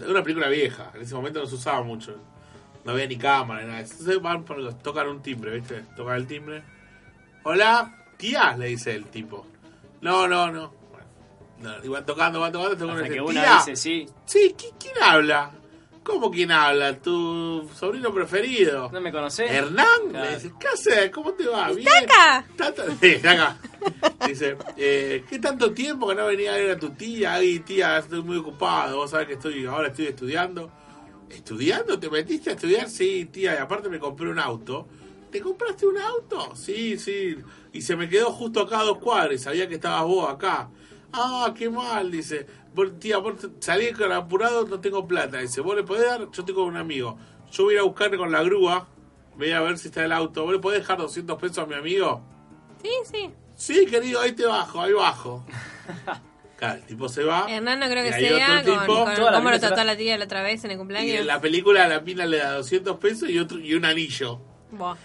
Speaker 4: Era una película vieja, en ese momento no se usaba mucho. No había ni cámara, ni nada. Entonces van, por- tocan un timbre, ¿viste? Tocan el timbre. Hola, tía, le dice el tipo. No, no, no. Bueno, no, y van tocando, van tocando, hasta que
Speaker 5: Hasta
Speaker 4: uno
Speaker 5: que
Speaker 4: dice,
Speaker 5: una
Speaker 4: "Tía".
Speaker 5: dice sí.
Speaker 4: Sí, ¿qui- ¿quién habla? ¿Cómo quién habla? ¿Tu sobrino preferido?
Speaker 5: ¿No me conocés?
Speaker 4: ¿Hernán?
Speaker 5: Claro.
Speaker 4: Le dice, ¿qué haces? ¿Cómo te va? ¿Bien?
Speaker 6: acá?
Speaker 4: Tata- Sí, está acá. Dice, eh, ¿qué tanto tiempo que no venía a ver a tu tía? Ay, tía, estoy muy ocupado. Vos sabés que estoy ahora estoy estudiando. ¿Estudiando? ¿Te metiste a estudiar? Sí, tía, y aparte me compré un auto. ¿Te compraste un auto? Sí, sí. Y se me quedó justo acá a dos cuadras. Sabía que estabas vos acá. Ah, qué mal, dice. Vos, tía, vos te- salí con apurado, no tengo plata. Dice, ¿vos le podés dar? Yo tengo un amigo. Yo voy a ir a buscar con la grúa. Voy a ver si está el auto. ¿Vos le podés dejar 200 pesos a mi amigo?
Speaker 6: Sí, sí.
Speaker 4: Sí, querido, ahí te bajo, ahí bajo. Claro, el tipo se va.
Speaker 6: Hernán no creo
Speaker 4: y
Speaker 6: que
Speaker 4: hay
Speaker 6: sea
Speaker 4: otro
Speaker 6: con,
Speaker 4: tipo,
Speaker 6: con
Speaker 5: Toda la
Speaker 6: cómo lo
Speaker 5: vida
Speaker 6: trató
Speaker 5: será-
Speaker 6: la tía la otra vez en el
Speaker 4: Y
Speaker 6: cumpleaños.
Speaker 4: en la película la mina le da 200 pesos y otro y un anillo.
Speaker 6: Buah.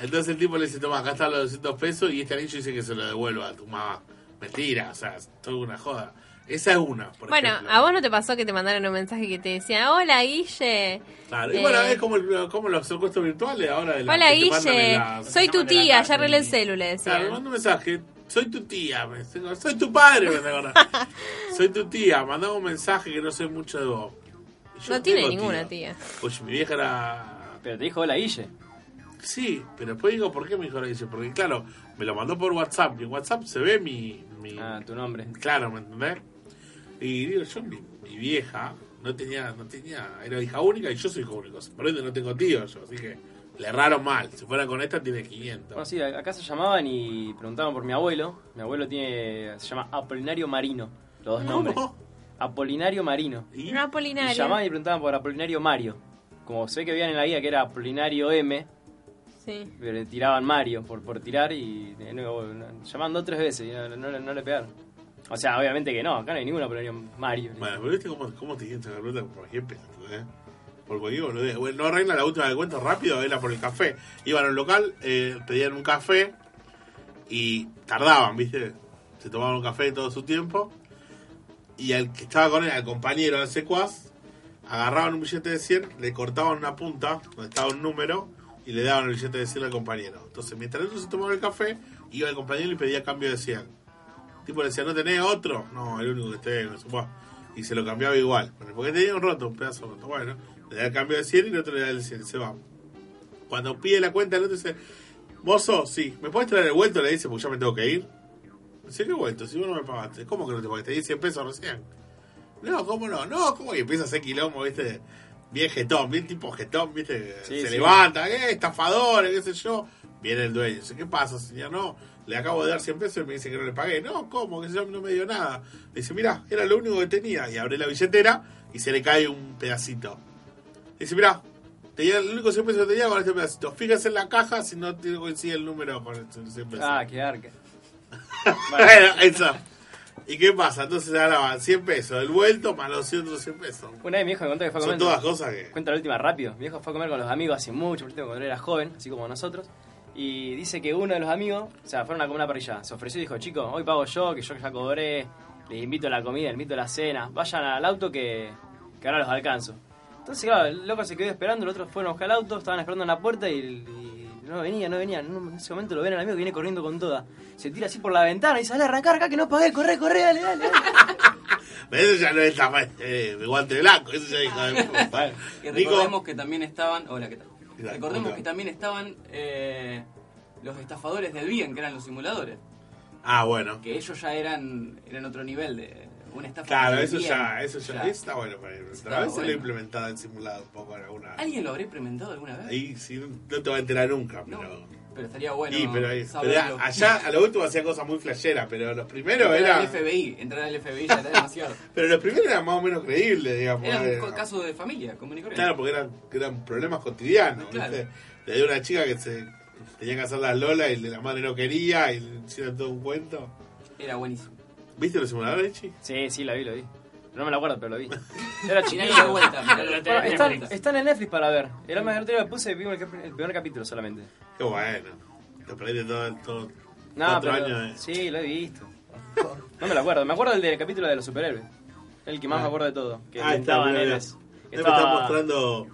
Speaker 4: Entonces el tipo le dice, toma, acá están los 200 pesos y este anillo dice que se lo devuelva a tu mamá. Mentira, o sea, es toda una joda. Esa es una, por
Speaker 6: Bueno,
Speaker 4: ejemplo.
Speaker 6: ¿a vos no te pasó que te mandaron un mensaje que te decía, hola Guille?
Speaker 4: Claro, y
Speaker 6: Eh,
Speaker 4: bueno, es como, el- como los secuestros virtuales ahora. De las
Speaker 6: hola
Speaker 4: que te mandan en
Speaker 6: Guille,
Speaker 4: las-
Speaker 6: soy tu
Speaker 7: llaman de la
Speaker 6: tía, ya
Speaker 7: cárcel,
Speaker 6: arreglé el
Speaker 7: sí.
Speaker 6: celu, le decía.
Speaker 4: Claro, manda un mensaje. Soy tu tía, me dice, soy tu padre, me acordás. Soy tu tía, mandame un mensaje que no sé mucho de vos. Y yo
Speaker 6: No tiene
Speaker 4: tengo
Speaker 6: ninguna tía.
Speaker 4: Oye, mi vieja era.
Speaker 5: Pero te dijo hola, Guille.
Speaker 4: Sí, pero después digo, ¿por qué mi hija le dice? Porque claro, me lo mandó por WhatsApp y en WhatsApp se ve mi. mi-
Speaker 5: Ah, tu nombre.
Speaker 4: Claro, ¿me entendés? Y digo, yo, mi, mi vieja, no tenía, no tenía, era hija única y yo soy hijo único. Por ende, no tengo tíos yo, así que le erraron mal. Si fuera con esta, tiene 500.
Speaker 5: No, sí, acá se llamaban y preguntaban por mi abuelo. Mi abuelo tiene se llama Apolinario Marino. Los dos nombres.
Speaker 4: ¿Cómo?
Speaker 5: Apolinario Marino.
Speaker 4: Y-
Speaker 6: No,
Speaker 5: Y
Speaker 6: Apolinario.
Speaker 5: llamaban y preguntaban por Apolinario Mario. Como se ve que veían en la guía que era Apolinario M,
Speaker 6: Sí.
Speaker 5: pero le tiraban Mario por, por tirar y eh, no, no, llamaban dos o tres veces y no, no le- no le pegaron. O sea, obviamente que no, acá no hay ningún Apolinario Mario.
Speaker 4: Bueno, pero viste cómo, cómo te quieren sacar plata por cualquier peso, ¿eh? Por cualquier boludez. Bueno, no arregla la última de cuento rápido, era por el café. Iban a un local, eh, pedían un café Y tardaban, ¿viste? Se tomaban un café todo su tiempo. Y al que estaba con él, al compañero, al secuaz, agarraban un billete de 100, le cortaban una punta donde estaba un número y le daban el billete de 100 al compañero. Entonces, mientras ellos se tomaban el café, iba el compañero y pedía cambio de 100. El tipo le decía, ¿no tenés otro? No, el único que tengo, no sé, buah. Y se lo cambiaba igual. Bueno, porque tenía un roto, un pedazo de roto. Bueno, le da el cambio de 100 y el otro le da el 100, se va. Cuando pide la cuenta, el otro dice, Mozo, sí, ¿me puedes traer el vuelto? Le dice, porque ya me tengo que ir. Dice, ¿qué vuelto? Si vos no me pagaste. ¿Cómo que no te pagaste? Te di 100 pesos recién. No, ¿cómo no? No, ¿cómo? Y empieza a hacer quilombo, ¿viste? Bien jetón, bien tipo jetón, ¿viste?
Speaker 5: Sí,
Speaker 4: se
Speaker 5: sí.
Speaker 4: levanta, ¿qué? Estafadores, qué sé yo. Viene el dueño, dice, ¿qué pasa, señor? No, le acabo de dar 100 pesos y me dice que no le pagué. No, ¿cómo? Que yo no me dio nada. Le dice, mira, era lo único que tenía. Y abre la billetera y se le cae un pedacito. Dice, mira, tenía el único 100 pesos que tenía con este pedacito. Fíjese en la caja si no te coincide el número con el 100 pesos.
Speaker 5: Ah, qué arca.
Speaker 4: Bueno, eso. ¿Y qué pasa? Entonces ahora van 100 pesos el vuelto más los 100 otros 100 pesos.
Speaker 5: Una vez mi viejo me contó que fue a
Speaker 4: Son
Speaker 5: comer.
Speaker 4: todas cosas que...
Speaker 5: Cuenta la última rápido. Mi viejo fue a comer con los amigos hace mucho, porque cuando él era joven, así como nosotros. Y dice que uno de los amigos, o sea, fueron a comer una parrilla. Se ofreció y dijo, chicos, hoy pago yo, que yo ya cobré. Les invito a la comida, les invito a la cena. Vayan al auto que, que ahora los alcanzo. Entonces, claro, el loco se quedó esperando, los otros fueron a buscar el auto, estaban esperando en la puerta y, y no venía, no venía. En un- en ese momento lo ven al amigo que viene corriendo con toda. Se tira así por la ventana y sale a arrancar acá que no pagué, corre, corre, dale, dale. dale".
Speaker 4: Eso ya no es tapa eh, de guante blanco. Eso ya es hijo de puta.
Speaker 8: Y
Speaker 4: Nico,
Speaker 8: recordemos que también estaban. Hola, ¿qué tal?
Speaker 4: ¿Qué tal? ¿Cómo te
Speaker 8: Recordemos
Speaker 4: va?
Speaker 8: que también estaban eh, los estafadores del bien, que eran los simuladores.
Speaker 4: ah, bueno.
Speaker 8: Que ellos ya eran, eran otro nivel de. Una estafa.
Speaker 4: Claro,
Speaker 8: del
Speaker 4: eso
Speaker 8: bien.
Speaker 4: ya, eso ya,
Speaker 8: Ya.
Speaker 4: está bueno para implementar. A
Speaker 8: Está
Speaker 4: veces lo he
Speaker 8: bueno.
Speaker 4: implementado en simulado un poco en alguna.
Speaker 8: ¿Alguien lo habrá implementado alguna vez?
Speaker 4: Ahí sí, no te va a enterar nunca,
Speaker 8: no.
Speaker 4: pero.
Speaker 8: Pero estaría bueno.
Speaker 4: Sí, pero, ahí- pero
Speaker 8: saberlo.
Speaker 4: allá a lo último hacía cosas muy flasheras, pero los primeros
Speaker 8: Entrar
Speaker 4: era,
Speaker 8: al FBI, entrar al FBI ya era demasiado.
Speaker 4: pero los primeros eran más o menos creíbles, digamos.
Speaker 8: Era un
Speaker 4: eh,
Speaker 8: co- caso de familia, común y corriente.
Speaker 4: Claro, porque eran, eran problemas cotidianos.
Speaker 8: Claro.
Speaker 4: ¿viste? Le dio una chica que se tenía que hacer las lolas y la madre no quería y le hicieron todo un cuento.
Speaker 8: Era buenísimo.
Speaker 4: ¿Viste los simuladores, Chi?
Speaker 5: Sí, sí, la vi, lo vi. No me la acuerdo, pero lo vi. Era
Speaker 8: Mirá
Speaker 5: chiquillo.
Speaker 8: la vuelta, mirá
Speaker 7: Pero
Speaker 8: la
Speaker 7: te-
Speaker 8: vuelta.
Speaker 5: Bueno, están, están en Netflix para ver. El alma del otro puse y vi el, cap- el primer capítulo solamente.
Speaker 4: Qué bueno. Te perdiste todo, todo
Speaker 5: No,
Speaker 4: cuatro
Speaker 5: pero-
Speaker 4: años. eh. de-
Speaker 5: Sí, lo he visto. No me lo acuerdo. Me acuerdo del del capítulo de los superhéroes. El que más me acuerdo de todo. Que
Speaker 4: Ah, está,
Speaker 5: inventaban
Speaker 4: mira, mira.
Speaker 5: héroes.
Speaker 4: Te me
Speaker 5: Estaba-
Speaker 4: está mostrando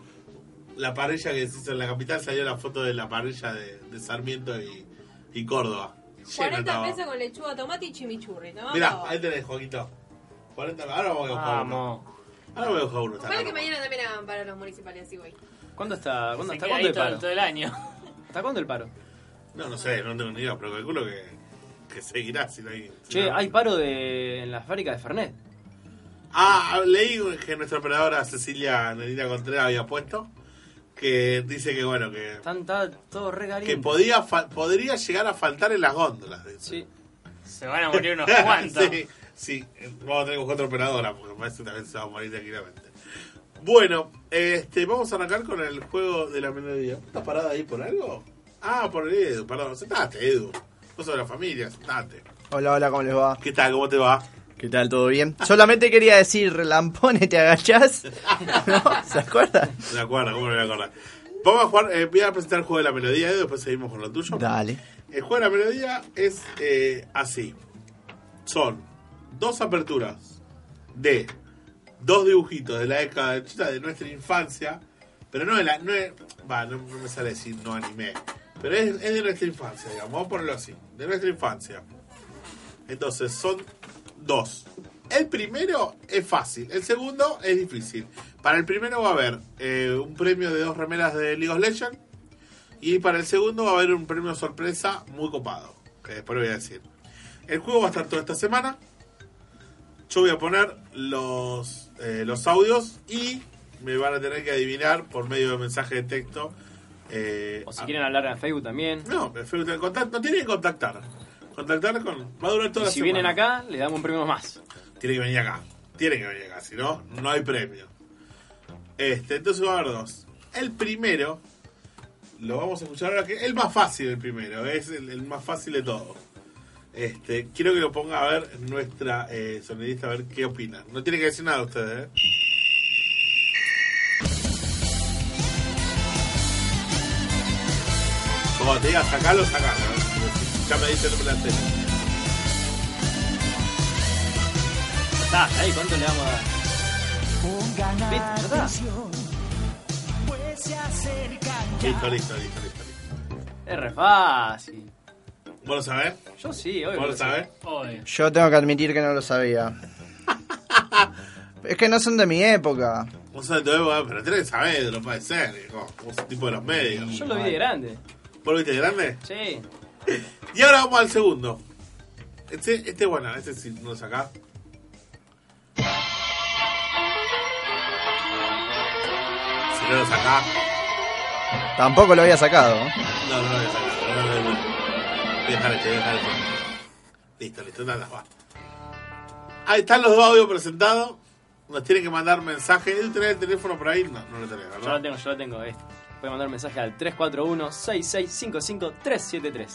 Speaker 4: la parrilla que se hizo en la capital. Salió la foto de la parrilla de, de Sarmiento y, y Córdoba. Lleno
Speaker 6: 40
Speaker 4: estaba.
Speaker 6: pesos con lechuga, tomate y chimichurri. ¿no?
Speaker 4: Mirá, ahí tenés, Joaquito. 40, ahora voy
Speaker 7: Ah,
Speaker 4: a buscar uno.
Speaker 7: Vamos.
Speaker 4: Ahora voy a buscar uno. está
Speaker 6: Ojalá
Speaker 4: acá
Speaker 6: que
Speaker 4: nomás.
Speaker 6: mañana también hagan para los municipales, así voy.
Speaker 5: ¿Cuándo está, cuándo,
Speaker 7: Se
Speaker 5: hasta
Speaker 7: queda
Speaker 5: cuándo
Speaker 7: ahí
Speaker 5: el
Speaker 7: todo,
Speaker 5: paro?
Speaker 7: todo el año.
Speaker 5: ¿Hasta cuándo el paro?
Speaker 4: No, no sé, no tengo ni idea, pero calculo que, que seguirá si no hay. si
Speaker 5: Che,
Speaker 4: no-
Speaker 5: hay paro de, en la fábrica de Fernet.
Speaker 4: Ah, leí que nuestra operadora Cecilia Nerina Contreras había puesto que dice que, bueno, que,
Speaker 5: Están está todo re
Speaker 4: que
Speaker 5: caliente.
Speaker 4: podía fa- podría llegar a faltar en las góndolas. dice.
Speaker 5: Sí.
Speaker 7: Se van a morir unos cuantos.
Speaker 4: sí, sí, vamos a tener que buscar otra operadora porque parece que también se va a morir tranquilamente. Bueno, este, vamos a arrancar con el juego de la melodía. ¿Estás parada ahí por algo? Ah, por el Edu, perdón. Sentate, Edu. Vos sos de la familia, sentate.
Speaker 9: Hola, hola, ¿cómo les va?
Speaker 4: ¿Qué tal? ¿Cómo te va?
Speaker 9: ¿Qué tal? ¿Todo bien? Solamente quería decir, relampone, te agachás. ¿No? ¿Se acuerdan?
Speaker 4: De acuerdo, ¿cómo no me acuerdo? Vamos a jugar, eh, voy a presentar el juego de la melodía y después seguimos con lo tuyo.
Speaker 9: Dale.
Speaker 4: El juego de Eh, la melodía es eh, así. Son dos aperturas de dos dibujitos de la década de chuta, de nuestra infancia, pero no de la... No, es- va, no, no me sale decir no anime, pero es, es de nuestra infancia, digamos, vamos a ponerlo así, de nuestra infancia. Entonces son dos. El primero es fácil, el segundo es difícil. Para el primero va a haber eh, un premio de dos remeras de League of Legends y para el segundo va a haber un premio sorpresa muy copado, que después voy a decir. El juego va a estar toda esta semana. Yo voy a poner los, eh, los audios y me van a tener que adivinar por medio de mensaje de texto. eh,
Speaker 5: O si
Speaker 4: a-
Speaker 5: quieren hablar en Facebook también.
Speaker 4: no, perfecto. El contacto, no tienen que contactar. Contactar con. Va a durar
Speaker 5: Y
Speaker 4: toda la
Speaker 5: si
Speaker 4: semana.
Speaker 5: vienen acá, le damos un premio más.
Speaker 4: Tienen que venir acá. Tienen que venir acá, si no, no hay premio. Este, entonces va a haber dos. El primero, lo vamos a escuchar ahora que. El más fácil, el primero, es el, el más fácil de todo. Este, quiero que lo ponga a ver nuestra eh, sonidista a ver qué opina. No tiene que decir nada ustedes, ¿eh? Como te diga, sacalo, sacalo. ¿eh? Ya me dice el nombre de la antena.
Speaker 5: Está, ahí, ¿cuánto le vamos a dar? ¿Viste? ¿Verdad?
Speaker 4: Listo, listo, listo, listo. listo.
Speaker 5: Es re fácil.
Speaker 4: ¿Vos lo sabés?
Speaker 5: Yo sí,
Speaker 4: ¿Vos
Speaker 5: obvio. que
Speaker 4: lo
Speaker 5: sí.
Speaker 4: sabés?
Speaker 7: Obvio.
Speaker 9: Yo tengo que admitir que no lo sabía. es que no son de mi época.
Speaker 4: Vos sabés todo, eh, pero tenés que saber, no puede ser. hijo. Vos sos tipo de los medios.
Speaker 5: Yo lo vi de grande.
Speaker 4: ¿Vos lo viste de grande?
Speaker 5: Sí.
Speaker 4: Y ahora vamos al segundo. Este, este es bueno, este sí no lo sacás. Si no lo sacás,
Speaker 9: Tampoco lo había sacado.
Speaker 4: no, no lo voy a sacar. No, no, no, no. Voy a dejar este, voy a dejar este. Listo, listo, nada, va. Ahí están los dos audios presentados. Nos tienen que mandar mensajes. ¿Tenés el teléfono por ahí? No, no lo tenés,
Speaker 5: Yo lo
Speaker 4: ¿verdad?
Speaker 5: tengo, yo lo tengo. Este. Pueden mandar mensaje al 341-6655-373.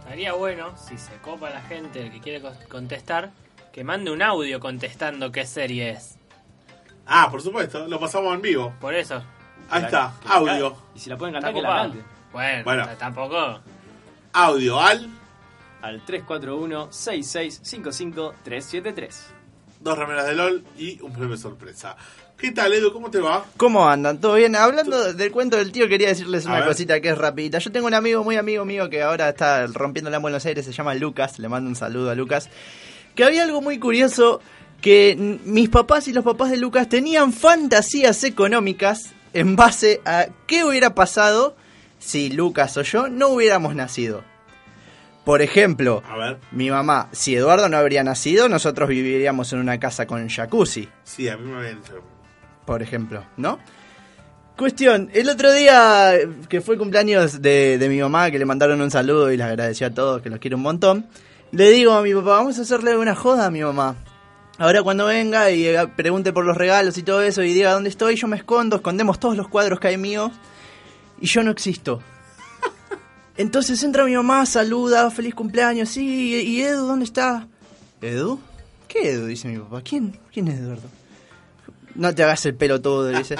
Speaker 7: Estaría bueno, si se copa la gente que quiere co- contestar, que mande un audio contestando qué serie es.
Speaker 4: Ah, por supuesto, lo pasamos en vivo.
Speaker 7: Por eso.
Speaker 4: Ahí
Speaker 5: La-
Speaker 4: está,
Speaker 5: que la-
Speaker 4: audio.
Speaker 5: Y si la pueden
Speaker 7: Está
Speaker 5: ganar, que la
Speaker 7: copado.
Speaker 5: ganen.
Speaker 7: Bueno,
Speaker 4: Bueno.
Speaker 7: o sea, tampoco.
Speaker 4: Audio al
Speaker 5: Al 341-6655-373.
Speaker 4: dos remeras de LOL y un premio sorpresa. ¿Qué tal, Edu? ¿Cómo te va?
Speaker 9: ¿Cómo andan? ¿Todo bien? Hablando del cuento del tío, quería decirles
Speaker 4: A
Speaker 9: una
Speaker 4: ver.
Speaker 9: cosita que es rapidita. Yo tengo un amigo, muy amigo mío, que ahora está rompiendo en Buenos Aires, se llama Lucas, le mando un saludo a Lucas. Que había algo muy curioso, que n- mis papás y los papás de Lucas tenían fantasías económicas en base a qué hubiera pasado si Lucas o yo no hubiéramos nacido. Por ejemplo,
Speaker 4: A ver,
Speaker 9: mi mamá, si Eduardo no habría nacido, nosotros viviríamos en una casa con jacuzzi
Speaker 4: sí, a mí me habían dicho.
Speaker 9: por ejemplo, ¿no? Cuestión, el otro día eh, que fue cumpleaños de, de mi mamá, que le mandaron un saludo y les agradeció a todos, que los quiero un montón, le digo a mi papá, vamos a hacerle una joda a mi mamá. Ahora cuando venga y eh, pregunte por los regalos y todo eso y diga dónde estoy, yo me escondo, escondemos todos los cuadros que hay míos y yo no existo. Entonces entra mi mamá, saluda, feliz cumpleaños, sí, y y Edu, ¿dónde está? ¿Edu? ¿Qué Edu? Dice mi papá. ¿Quién, quién es Eduardo? No te hagas el pelo todo, le dice.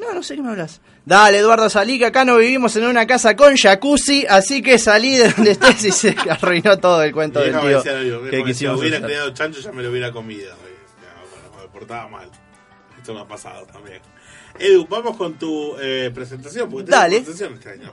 Speaker 9: No, no sé qué me hablas. Dale, Eduardo, salí, que acá no vivimos en una casa con jacuzzi, así que salí de donde estés y se arruinó todo el cuento
Speaker 4: Mi
Speaker 9: del
Speaker 4: vieja me
Speaker 9: tío.
Speaker 4: decía lo mismo, mi
Speaker 9: que
Speaker 4: vieja me decía,
Speaker 9: quisimos
Speaker 4: hubiera
Speaker 9: hacer".
Speaker 4: creado chancho, ya me lo hubiera comido. Y, ya, bueno, me portaba mal. Esto me ha pasado también. Edu, vamos con tu eh, presentación, porque tenés
Speaker 9: Dale.
Speaker 4: presentación este año.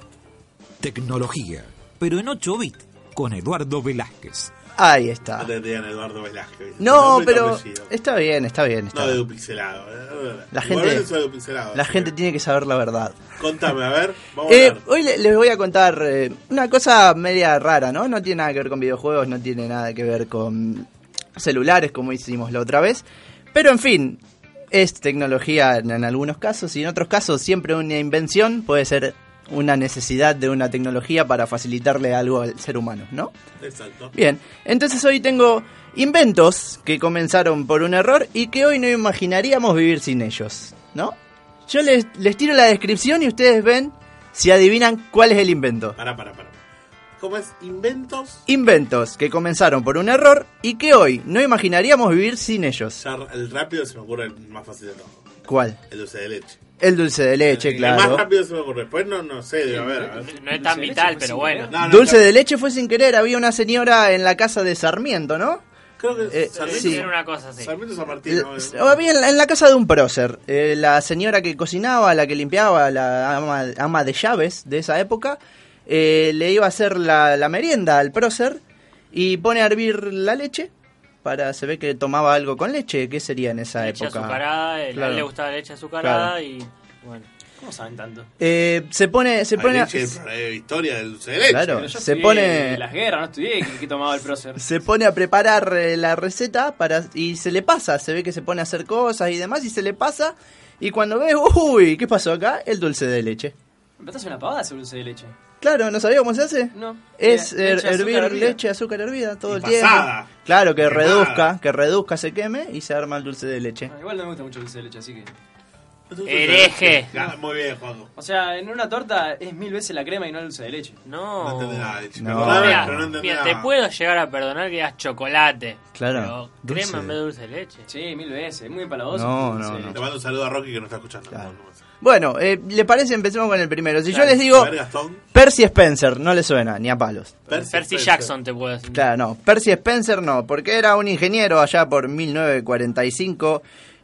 Speaker 10: Tecnología, pero en 8 bits, con Eduardo Velázquez.
Speaker 9: Ahí está.
Speaker 4: No te digan Eduardo Velázquez.
Speaker 9: Ah. No,
Speaker 4: Nombre y
Speaker 9: pero
Speaker 4: apellido.
Speaker 9: está bien, está bien. está
Speaker 4: No,
Speaker 9: bien.
Speaker 4: Edu Pixelado. eh.
Speaker 9: La
Speaker 4: Igual
Speaker 9: gente-
Speaker 4: es Edu Pixelado,
Speaker 9: La
Speaker 4: así
Speaker 9: gente
Speaker 4: que-
Speaker 9: tiene que saber la verdad.
Speaker 4: Contame, a ver, vamos
Speaker 9: Eh,
Speaker 4: a ver.
Speaker 9: hoy le- les voy a contar eh, una cosa media rara, ¿no? No tiene nada que ver con videojuegos, no tiene nada que ver con celulares como hicimos la otra vez. Pero en fin, es tecnología en, en algunos casos y en otros casos siempre una invención puede ser una necesidad de una tecnología para facilitarle algo al ser humano, ¿no?
Speaker 4: Exacto.
Speaker 9: Bien, entonces hoy tengo inventos que comenzaron por un error y que hoy no imaginaríamos vivir sin ellos, ¿no? Yo les, les tiro la descripción y ustedes ven si adivinan cuál es el invento.
Speaker 4: Pará, pará, pará. ¿Cómo es? Inventos.
Speaker 9: Inventos que comenzaron por un error y que hoy no imaginaríamos vivir sin ellos.
Speaker 4: Ya el rápido se me ocurre el más fácil de todo.
Speaker 9: ¿Cuál?
Speaker 4: El dulce de leche.
Speaker 9: El dulce de leche,
Speaker 4: El más
Speaker 9: claro.
Speaker 4: rápido se me ocurre. Después no, no sé, debe haber. a ver.
Speaker 7: No es tan vital, pero bueno.
Speaker 4: No, no,
Speaker 9: Dulce
Speaker 4: claro.
Speaker 9: de leche fue sin querer, había una señora en la casa de Sarmiento, ¿no?
Speaker 4: Creo que
Speaker 9: eh,
Speaker 4: Sarmiento,
Speaker 9: sí.
Speaker 7: Era una cosa así.
Speaker 4: Sarmiento San Martín.
Speaker 9: Eh,
Speaker 4: ¿no?
Speaker 9: Había en la, en la casa de un prócer, eh, la señora que cocinaba, la que limpiaba, la ama, ama de llaves de esa época, eh, le iba a hacer la, la merienda al prócer y pone a hervir la leche para se ve que tomaba algo con leche. ¿Qué sería en esa
Speaker 7: leche
Speaker 9: época?
Speaker 7: azucarada, el- a
Speaker 9: Claro.
Speaker 7: él le gustaba la leche azucarada
Speaker 9: Claro.
Speaker 7: y bueno.
Speaker 5: ¿Cómo saben tanto?
Speaker 9: Eh, se pone, se
Speaker 4: Hay
Speaker 9: pone, a-
Speaker 4: leche, pero hay historia del dulce de leche.
Speaker 9: Claro.
Speaker 5: Pero yo
Speaker 9: Se
Speaker 5: estudié
Speaker 9: pone-
Speaker 5: Las guerras, no estudié que, que tomaba el prócer.
Speaker 9: se pone a preparar eh, la receta para y se le pasa, se ve que se pone a hacer cosas y demás y se le pasa y cuando ve, uy, ¿qué pasó acá? El dulce de leche.
Speaker 5: ¿Me estás una pavada ese dulce de leche?
Speaker 9: Claro, ¿no sabía cómo se hace?
Speaker 5: No.
Speaker 9: Es
Speaker 5: Era
Speaker 9: her-
Speaker 5: leche, azúcar
Speaker 9: hervir
Speaker 5: hervida.
Speaker 9: leche, azúcar hervida todo
Speaker 4: Y
Speaker 9: el tiempo.
Speaker 4: pasada.
Speaker 9: Claro, que
Speaker 4: Quemada.
Speaker 9: reduzca, que reduzca, se queme y se arma el dulce de leche.
Speaker 5: Ah, igual no me gusta mucho el dulce de leche, así que.
Speaker 4: Es un dulce de
Speaker 7: Hereje.
Speaker 4: leche. Ah, muy bien, Juanjo.
Speaker 5: O sea, en una torta es mil veces la crema y no el dulce de leche.
Speaker 4: No
Speaker 7: No.
Speaker 4: entendés nada, leche.
Speaker 9: No.
Speaker 4: Perdóname,
Speaker 7: Mira,
Speaker 4: pero no entendés
Speaker 7: mira, te
Speaker 4: nada.
Speaker 7: puedo llegar a perdonar que digas chocolate.
Speaker 9: Claro.
Speaker 7: Pero crema
Speaker 9: Dulce.
Speaker 7: en vez de dulce de leche.
Speaker 5: Sí, mil veces, es muy empalagoso.
Speaker 9: No,
Speaker 5: el dulce
Speaker 9: no,
Speaker 5: de
Speaker 9: no.
Speaker 4: Le mando un saludo a Rocky que no está escuchando.
Speaker 9: Claro.
Speaker 4: No, no, no.
Speaker 9: Bueno, eh, ¿le parece? Empecemos con el primero. Si
Speaker 4: Dale,
Speaker 9: yo les digo
Speaker 4: a ver, Gastón.
Speaker 9: Percy Spencer, no le suena, ni a palos.
Speaker 7: Percy, Jackson te puedo decir.
Speaker 9: Este, Claro, no. Percy Spencer no, porque era un ingeniero allá por 1945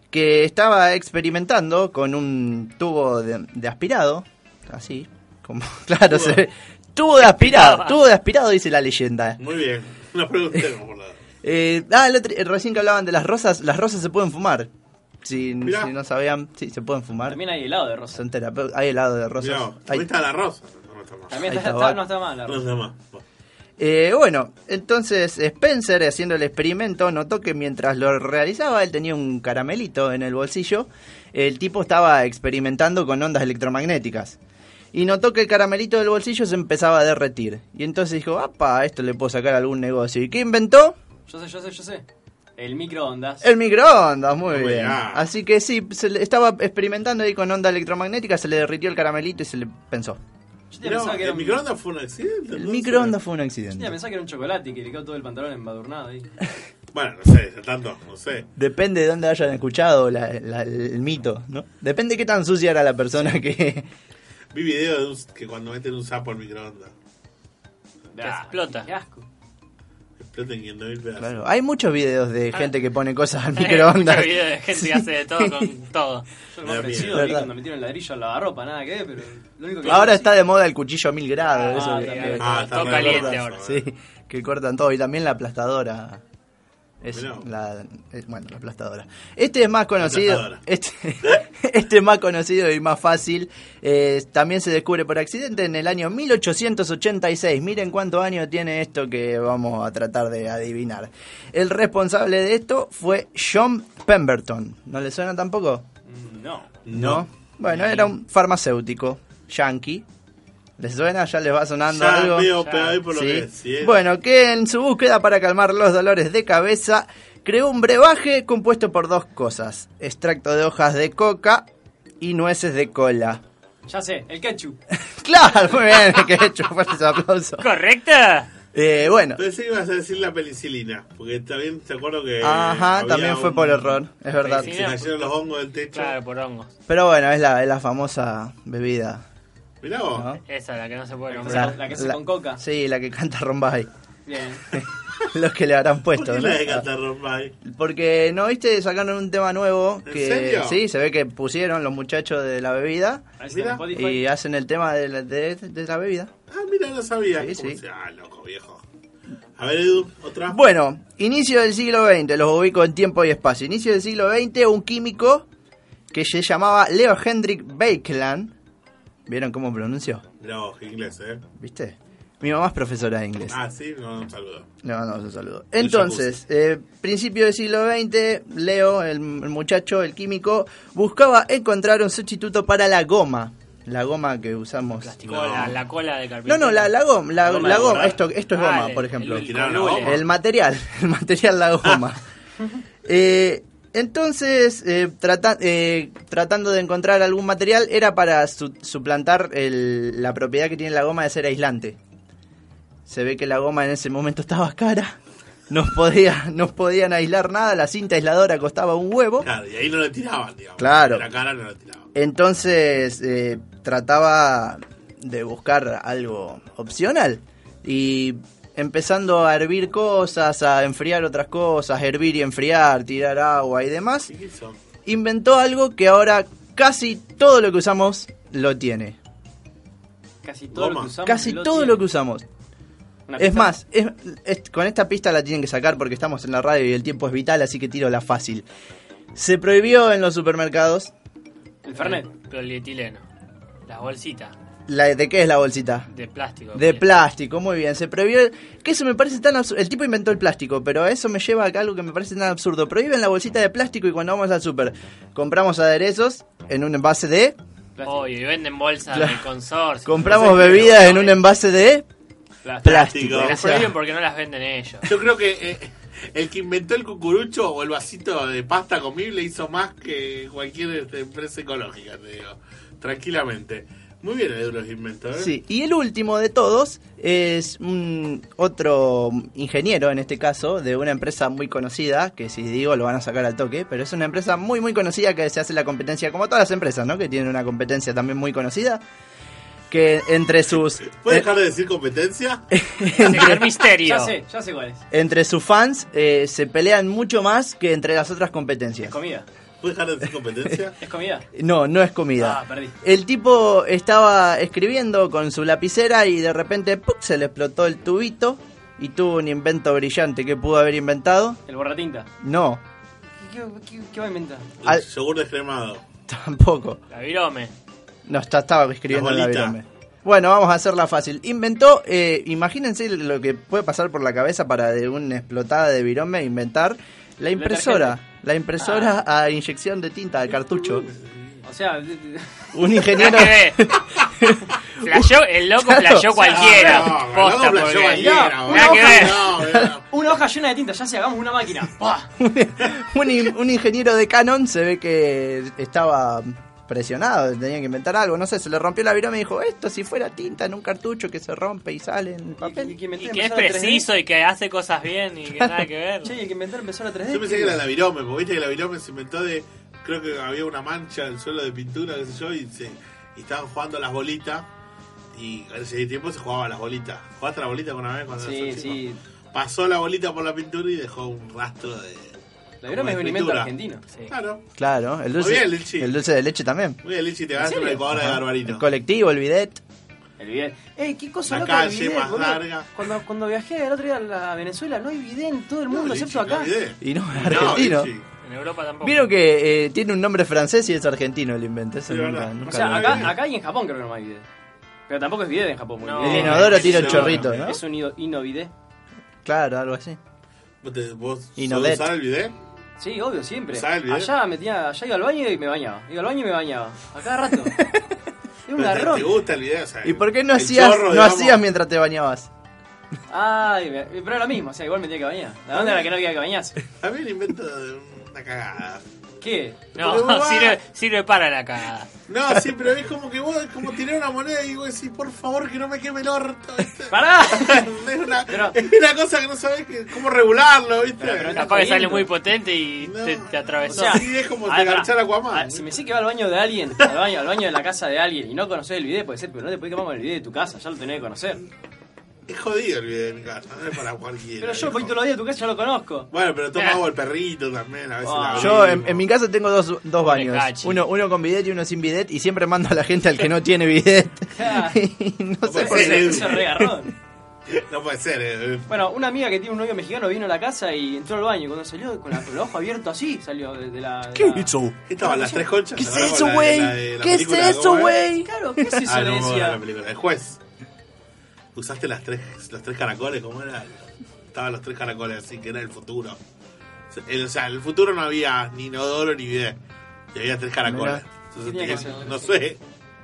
Speaker 9: que estaba experimentando con un tubo de, de aspirado, así, como, claro, se ve. Tubo de aspirado, tubo de aspirado dice la leyenda.
Speaker 4: Muy bien. Nos preguntemos por la.
Speaker 9: Eh, ah, el otro- eh, recién que hablaban de las rosas, las rosas se pueden fumar. Si,
Speaker 4: Mirá.
Speaker 9: si no sabían, sí, se pueden fumar.
Speaker 5: También hay helado de rosa.
Speaker 9: Son terapeu- Hay helado de rosas.
Speaker 4: Mirá,
Speaker 9: Hay-
Speaker 4: ahí está la rosa. No está mal.
Speaker 5: También
Speaker 9: Ahí
Speaker 5: está,
Speaker 9: está,
Speaker 5: está-
Speaker 9: va.
Speaker 5: no está mal la
Speaker 4: No
Speaker 5: rosa.
Speaker 4: está mal.
Speaker 9: Eh, bueno, entonces Spencer, haciendo el experimento, notó que mientras lo realizaba, él tenía un caramelito en el bolsillo. El tipo estaba experimentando con ondas electromagnéticas. Y notó que el caramelito del bolsillo se empezaba a derretir. Y entonces dijo, apa, esto le puedo sacar algún negocio. ¿Y qué inventó?
Speaker 5: Yo sé, yo sé, yo sé. El microondas.
Speaker 9: El microondas, muy
Speaker 4: Muy
Speaker 9: bien.
Speaker 4: bien.
Speaker 9: Así que sí, se le- estaba experimentando ahí con onda electromagnética, se le derritió el caramelito y se le pensó.
Speaker 5: Yo te
Speaker 4: Mirá,
Speaker 5: pensaba que era
Speaker 4: ¿El
Speaker 5: un,
Speaker 4: microondas fue un accidente?
Speaker 9: El
Speaker 4: entonces?
Speaker 9: microondas fue un
Speaker 5: yo tenía
Speaker 9: accidente.
Speaker 5: pensado que era un chocolate y que le quedó todo el pantalón embadurnado ahí.
Speaker 4: Bueno, no sé, ya tanto, no sé.
Speaker 9: Depende de dónde hayan escuchado la- la- el mito, ¿no? Depende de qué tan sucia era la persona que...
Speaker 4: Vi video de un- que cuando meten un sapo al microondas
Speaker 5: Ah,
Speaker 7: explota.
Speaker 5: Qué asco.
Speaker 4: exploten 500 mil pedazos.
Speaker 9: Claro, hay muchos videos de gente que pone cosas al
Speaker 7: Ah. Hay
Speaker 9: microondas.
Speaker 7: mucho video de gente que hace de todo con todo.
Speaker 5: Yo lo más
Speaker 4: Da
Speaker 5: parecido
Speaker 4: miedo.
Speaker 5: vi
Speaker 9: Verdad.
Speaker 5: cuando metieron el ladrillo al lavarropa, nada que ver, pero lo único que
Speaker 9: Ahora
Speaker 5: vi-
Speaker 9: está de moda el cuchillo a mil grados, eso
Speaker 5: Ah,
Speaker 9: que
Speaker 5: bien.
Speaker 9: también-
Speaker 4: Ah, está
Speaker 7: todo
Speaker 4: re
Speaker 7: caliente
Speaker 4: gordazo,
Speaker 7: ahora.
Speaker 4: eh.
Speaker 9: Sí, que cortan todo. Y también la aplastadora. Es
Speaker 4: Mirá.
Speaker 9: la, es- bueno, la aplastadora. Este es más conocido.
Speaker 4: Aplastadora.
Speaker 9: Este, este es más conocido y más fácil. Eh, también se descubre por accidente en el año 1886. Miren cuántos años tiene esto que vamos a tratar de adivinar. El responsable de esto fue John Pemberton. ¿No le suena tampoco?
Speaker 5: Mm, No.
Speaker 4: No.
Speaker 9: Bueno, era un farmacéutico yankee. ¿Les suena? ¿Ya les va sonando
Speaker 4: Ya
Speaker 9: algo?
Speaker 4: veo, pero ahí por lo
Speaker 9: Sí.
Speaker 4: que es, sí, eh.
Speaker 9: Bueno, que en su búsqueda para calmar los dolores de cabeza, creó un brebaje compuesto por dos cosas: extracto de hojas de coca y nueces de cola.
Speaker 5: Ya sé, el ketchup.
Speaker 9: Claro, muy bien, que he hecho fuertes aplausos.
Speaker 7: ¿Correcta?
Speaker 9: Eh, bueno,
Speaker 4: Pensé que ibas a decir la penicilina, porque también te acuerdo que.
Speaker 9: ajá,
Speaker 4: Eh, había
Speaker 9: también fue
Speaker 4: un-
Speaker 9: por error, es verdad.
Speaker 4: Se cayeron los hongos del techo.
Speaker 7: Claro, por hongos.
Speaker 9: Pero bueno, es la, es la famosa bebida.
Speaker 4: Mirá vos.
Speaker 9: ¿No?
Speaker 7: Esa, la que no se puede
Speaker 5: La que
Speaker 7: nombrar.
Speaker 5: se- la que hace con coca.
Speaker 9: Sí, la que canta Rombay.
Speaker 5: Bien.
Speaker 9: Los que le habrán
Speaker 4: ¿Por
Speaker 9: puesto.
Speaker 4: qué
Speaker 9: ¿no?
Speaker 4: la de Catarrombay?
Speaker 9: Porque no viste, sacaron un tema nuevo
Speaker 4: ¿En
Speaker 9: que
Speaker 4: serio?
Speaker 9: sí, se ve que pusieron los muchachos de la bebida
Speaker 5: A ver si está en
Speaker 4: Mira,
Speaker 5: Spotify.
Speaker 9: y hacen el tema de la, de- de la bebida.
Speaker 4: Ah, mira, no sabía.
Speaker 9: Sí,
Speaker 4: ¿Cómo
Speaker 9: sí.
Speaker 4: se- Ah, loco, viejo. A ver, Edu, otra.
Speaker 9: Bueno, inicio del siglo XX, los ubico en tiempo y espacio. Inicio del siglo XX, un químico que se llamaba Leo Hendrik Bakeland. ¿Vieron cómo pronunció?
Speaker 4: Mirá vos, inglés, ¿eh?
Speaker 9: ¿Viste? Mi mamá es profesora de inglés.
Speaker 4: Ah, sí, no, un saludo.
Speaker 9: Le mandamos un saludo.
Speaker 4: El
Speaker 9: Entonces, eh, principio del siglo XX, Leo, el, el muchacho, el químico, buscaba encontrar un sustituto para la goma. La goma que usamos.
Speaker 7: Cola, la cola de carpintero.
Speaker 9: No, no, la, la goma, la,
Speaker 4: ¿Goma
Speaker 9: la
Speaker 4: de
Speaker 9: goma,
Speaker 4: borrar?
Speaker 9: esto, esto es
Speaker 7: Ah,
Speaker 9: goma,
Speaker 7: el-
Speaker 9: por ejemplo.
Speaker 7: el-
Speaker 4: Tiraron la goma.
Speaker 9: El material, el material la goma. Eh, entonces, eh, trata- eh, tratando de encontrar algún material, era para su- suplantar el- la propiedad que tiene la goma de ser aislante. Se ve que la goma en ese momento estaba cara. No podía, no podían aislar nada, la cinta aisladora costaba un huevo.
Speaker 4: Claro, y ahí no la tiraban, digamos.
Speaker 9: Claro. Eh,
Speaker 4: En La cara no la tiraban.
Speaker 9: Entonces eh, trataba de buscar algo opcional y empezando a hervir cosas, a enfriar otras cosas, hervir y enfriar, tirar agua y demás,
Speaker 4: ¿Y qué son?
Speaker 9: inventó algo que ahora casi todo lo que usamos lo tiene.
Speaker 5: Casi todo lo
Speaker 4: Goma.
Speaker 5: que usamos.
Speaker 9: Casi
Speaker 5: lo
Speaker 9: todo
Speaker 5: tiene.
Speaker 9: lo que usamos.
Speaker 5: Una
Speaker 9: Es
Speaker 5: pista.
Speaker 9: más, es- es- con esta pista la tienen que sacar porque estamos en la radio y el tiempo es vital, así que tiro la fácil. Se prohibió en los supermercados.
Speaker 5: El Fernet.
Speaker 7: Polietileno. Las bolsitas
Speaker 9: La, ¿De qué es la bolsita?
Speaker 7: de plástico.
Speaker 9: De plástico, muy bien. Se prohibió. el- Que eso me parece tan absurdo. El tipo inventó el plástico, pero eso me lleva acá a algo que me parece tan absurdo. Prohíben la bolsita de plástico y cuando vamos al super compramos aderezos en un envase de.
Speaker 5: Plástico.
Speaker 7: Obvio, y venden bolsas
Speaker 9: Claro.
Speaker 7: de consorcio.
Speaker 9: Compramos
Speaker 7: No sé qué,
Speaker 9: bebidas
Speaker 7: pero
Speaker 9: en un envase de. Plástico.
Speaker 7: Las
Speaker 9: o sea,
Speaker 7: prohíben porque no las venden ellos.
Speaker 4: Yo creo que eh, el que inventó el cucurucho o el vasito de pasta comible hizo más que cualquier este, empresa ecológica, te digo. Tranquilamente. Muy bien, Edu los inventa, ¿eh?
Speaker 9: Sí, y el último de todos es un otro ingeniero, en este caso, de una empresa muy conocida, que si digo lo van a sacar al toque, pero es una empresa muy muy conocida que se hace la competencia, como todas las empresas, ¿no? Que tienen una competencia también muy conocida, que entre sus...
Speaker 4: ¿Puedes dejar de decir competencia?
Speaker 9: Eh. entre,
Speaker 7: misterio.
Speaker 5: Ya sé, ya sé cuál es.
Speaker 9: entre sus fans eh, se pelean mucho más que entre las otras competencias.
Speaker 5: Es comida.
Speaker 4: ¿Puedes dejar de decir competencia?
Speaker 5: Es comida.
Speaker 9: No, no es comida.
Speaker 5: Ah, perdí.
Speaker 9: El tipo estaba escribiendo con su lapicera y de repente ¡pup! se le explotó el tubito y tuvo un invento brillante que pudo haber inventado.
Speaker 5: El borratinta.
Speaker 9: No,
Speaker 5: ¿Qué, qué, qué va a inventar?
Speaker 9: Al-
Speaker 4: El yogur descremado.
Speaker 9: tampoco.
Speaker 7: La virome.
Speaker 9: No está- estaba escribiendo
Speaker 4: La
Speaker 9: en la
Speaker 4: bolita.
Speaker 9: virome. Bueno, vamos a hacerla fácil. Inventó, eh, imagínense lo que puede pasar por la cabeza para de una explotada de virome inventar la impresora. La impresora a inyección de tinta, de cartucho.
Speaker 5: O sea, de- de-
Speaker 9: Un
Speaker 7: Nada
Speaker 9: ingeniero...
Speaker 7: que ver. Flasheó- el loco
Speaker 9: Claro.
Speaker 7: flasheó cualquiera.
Speaker 4: No, no,
Speaker 7: Posta,
Speaker 4: no, no,
Speaker 7: porque-
Speaker 4: cualquiera,
Speaker 7: Nada
Speaker 4: boludo.
Speaker 7: que ver.
Speaker 4: No, no, no.
Speaker 5: una hoja llena de tinta, ya se hagamos una máquina.
Speaker 9: Ah,
Speaker 5: ¡Pah!
Speaker 9: un, in- un ingeniero de Canon se ve que estaba presionado, tenía que inventar algo, no sé, se le rompió la viroma y dijo, esto si fuera tinta en un cartucho que se rompe y sale en el papel.
Speaker 5: que inventó
Speaker 7: Y
Speaker 5: la
Speaker 7: que es
Speaker 5: impresora 3D.
Speaker 7: preciso y que hace cosas bien y que nada que ver.
Speaker 5: Che, y el que inventó la impresora 3D.
Speaker 4: Yo pensé que era la virome, porque viste que la virome se inventó de. Creo que había una mancha en el suelo de pintura, qué sé yo, y, se, y estaban jugando a las bolitas. Y en ese tiempo se jugaba a las bolitas. ¿Jugaste a las bolitas alguna vez cuando
Speaker 5: Sí,
Speaker 4: eras chico?
Speaker 5: sí.
Speaker 4: Pasó la bolita por la pintura y dejó un rastro de.
Speaker 5: La
Speaker 4: como
Speaker 5: virome
Speaker 4: de
Speaker 5: es un invento
Speaker 4: escritura.
Speaker 5: argentino.
Speaker 4: Claro.
Speaker 9: Claro, el dulce,
Speaker 4: Muy bien, Lichi.
Speaker 9: el dulce de leche también.
Speaker 4: Muy bien, Lichi, te vas a hacer una
Speaker 5: serio?
Speaker 4: licuadora de
Speaker 9: El
Speaker 4: barbarino.
Speaker 9: colectivo, el bidet.
Speaker 5: El bidet. Ey, qué cosa
Speaker 4: La
Speaker 5: loca el
Speaker 4: calle
Speaker 5: bidet,
Speaker 4: más
Speaker 5: boludo.
Speaker 4: larga.
Speaker 5: Cuando, cuando viajé el otro día a la- a Venezuela, no hay bidet en todo el mundo,
Speaker 4: No,
Speaker 5: excepto
Speaker 4: Lichi, no
Speaker 5: acá.
Speaker 4: olvidé.
Speaker 9: Y no, es
Speaker 4: No,
Speaker 9: argentino.
Speaker 4: Lichi.
Speaker 7: En Europa tampoco.
Speaker 9: Vieron que eh, tiene un nombre francés y es argentino el invento. Eso
Speaker 4: Sí,
Speaker 9: nunca,
Speaker 4: verdad.
Speaker 9: nunca
Speaker 5: o sea,
Speaker 9: lo-
Speaker 5: acá, acá y en Japón creo que no hay bidet. Pero tampoco es bidet en Japón. porque
Speaker 7: No.
Speaker 5: bidet
Speaker 9: El inodoro tira un
Speaker 4: No,
Speaker 9: chorrito, ¿no?
Speaker 5: Es un ido- inobidet.
Speaker 9: Claro, algo así.
Speaker 4: ¿Vos, te, vos
Speaker 9: Y
Speaker 4: sos de
Speaker 9: Nodet.
Speaker 4: usar el bidet?
Speaker 5: Sí, obvio, siempre.
Speaker 4: ¿Usás el bidet?
Speaker 5: Allá metía, allá iba al baño y me bañaba. Iba al baño y me bañaba. A cada rato. Era un
Speaker 4: Pero te-
Speaker 5: garrón.
Speaker 4: ¿Te gusta el bidet? O sea,
Speaker 9: ¿Y por qué no
Speaker 4: el
Speaker 9: hacías,
Speaker 4: chorro,
Speaker 9: no
Speaker 4: digamos.
Speaker 9: hacías mientras te bañabas?
Speaker 5: Ay, me- pero era lo mismo, o sea, igual me tenía que bañar. La onda era que no había que bañarse.
Speaker 4: A mí el invento de una cagada.
Speaker 5: ¿Qué?
Speaker 4: Pero
Speaker 7: No,
Speaker 4: va.
Speaker 7: sirve, sirve para la cagada.
Speaker 4: No, sí, pero es como que vos, es como tirar una moneda y vos decís, por favor, que no me queme el orto. ¿viste?
Speaker 5: ¡Pará!
Speaker 4: Es una,
Speaker 5: Pero-
Speaker 4: es una cosa que no sabés que- cómo regularlo, ¿viste?
Speaker 5: Pero- pero está-
Speaker 7: Capaz que sale
Speaker 5: jodiendo.
Speaker 7: muy potente y
Speaker 4: No,
Speaker 7: te, te atravesó.
Speaker 4: o sea, sí, es como
Speaker 5: a ver,
Speaker 4: te agarchar
Speaker 5: pará.
Speaker 4: Aquaman,
Speaker 5: A ver,
Speaker 4: ¿eh?
Speaker 5: Ah, Si me sé que va al baño de alguien, al baño, al baño de la casa de alguien y no conoces el video, puede ser, pero no te puedes quemar con el video de tu casa, ya lo tenés que conocer.
Speaker 4: Es jodido el video de mi casa, no es para cualquiera.
Speaker 5: Pero yo
Speaker 4: viejo.
Speaker 5: voy todos los días a tu casa, ya lo conozco.
Speaker 4: Bueno, pero toma
Speaker 7: Eh.
Speaker 4: agua el perrito también, a veces
Speaker 5: Ah.
Speaker 4: la
Speaker 9: Yo en,
Speaker 4: abrimos.
Speaker 9: en mi casa tengo dos, dos baños.
Speaker 7: cachi.
Speaker 9: Uno, uno con bidet y uno sin bidet y siempre mando a la gente al que no tiene bidet.
Speaker 5: Ah.
Speaker 9: Y no sé
Speaker 4: Aparte
Speaker 9: por
Speaker 4: de-
Speaker 9: qué.
Speaker 5: Ese- Eso es regarrón.
Speaker 4: No puede ser, eh.
Speaker 5: Bueno, una amiga que tiene un novio mexicano vino a la casa y entró al baño. y Cuando salió, con, la- con el ojo abierto así, salió de, de la. de
Speaker 10: ¿Qué
Speaker 5: la-
Speaker 10: hizo?
Speaker 4: Estaban las tres conchas.
Speaker 9: ¿Qué es
Speaker 4: ¿te acordás
Speaker 9: eso,
Speaker 4: con la de-
Speaker 9: güey?
Speaker 4: la de la
Speaker 9: ¿Qué es
Speaker 4: película,
Speaker 9: eso,
Speaker 4: cómo era?
Speaker 9: güey?
Speaker 5: Claro, ¿qué es eso?
Speaker 4: Ah,
Speaker 5: le
Speaker 4: no, me acuerdo de
Speaker 5: decía.
Speaker 4: la película. El juez. Usaste las tres, los tres caracoles, ¿cómo era? Estaban los tres caracoles, así que era el futuro. El- o sea, en el futuro no había ni inodoro ni idea. Y había tres caracoles.
Speaker 9: Mirá.
Speaker 4: Entonces,
Speaker 5: Tenía que
Speaker 4: tenías-
Speaker 5: hacer-
Speaker 4: no sé.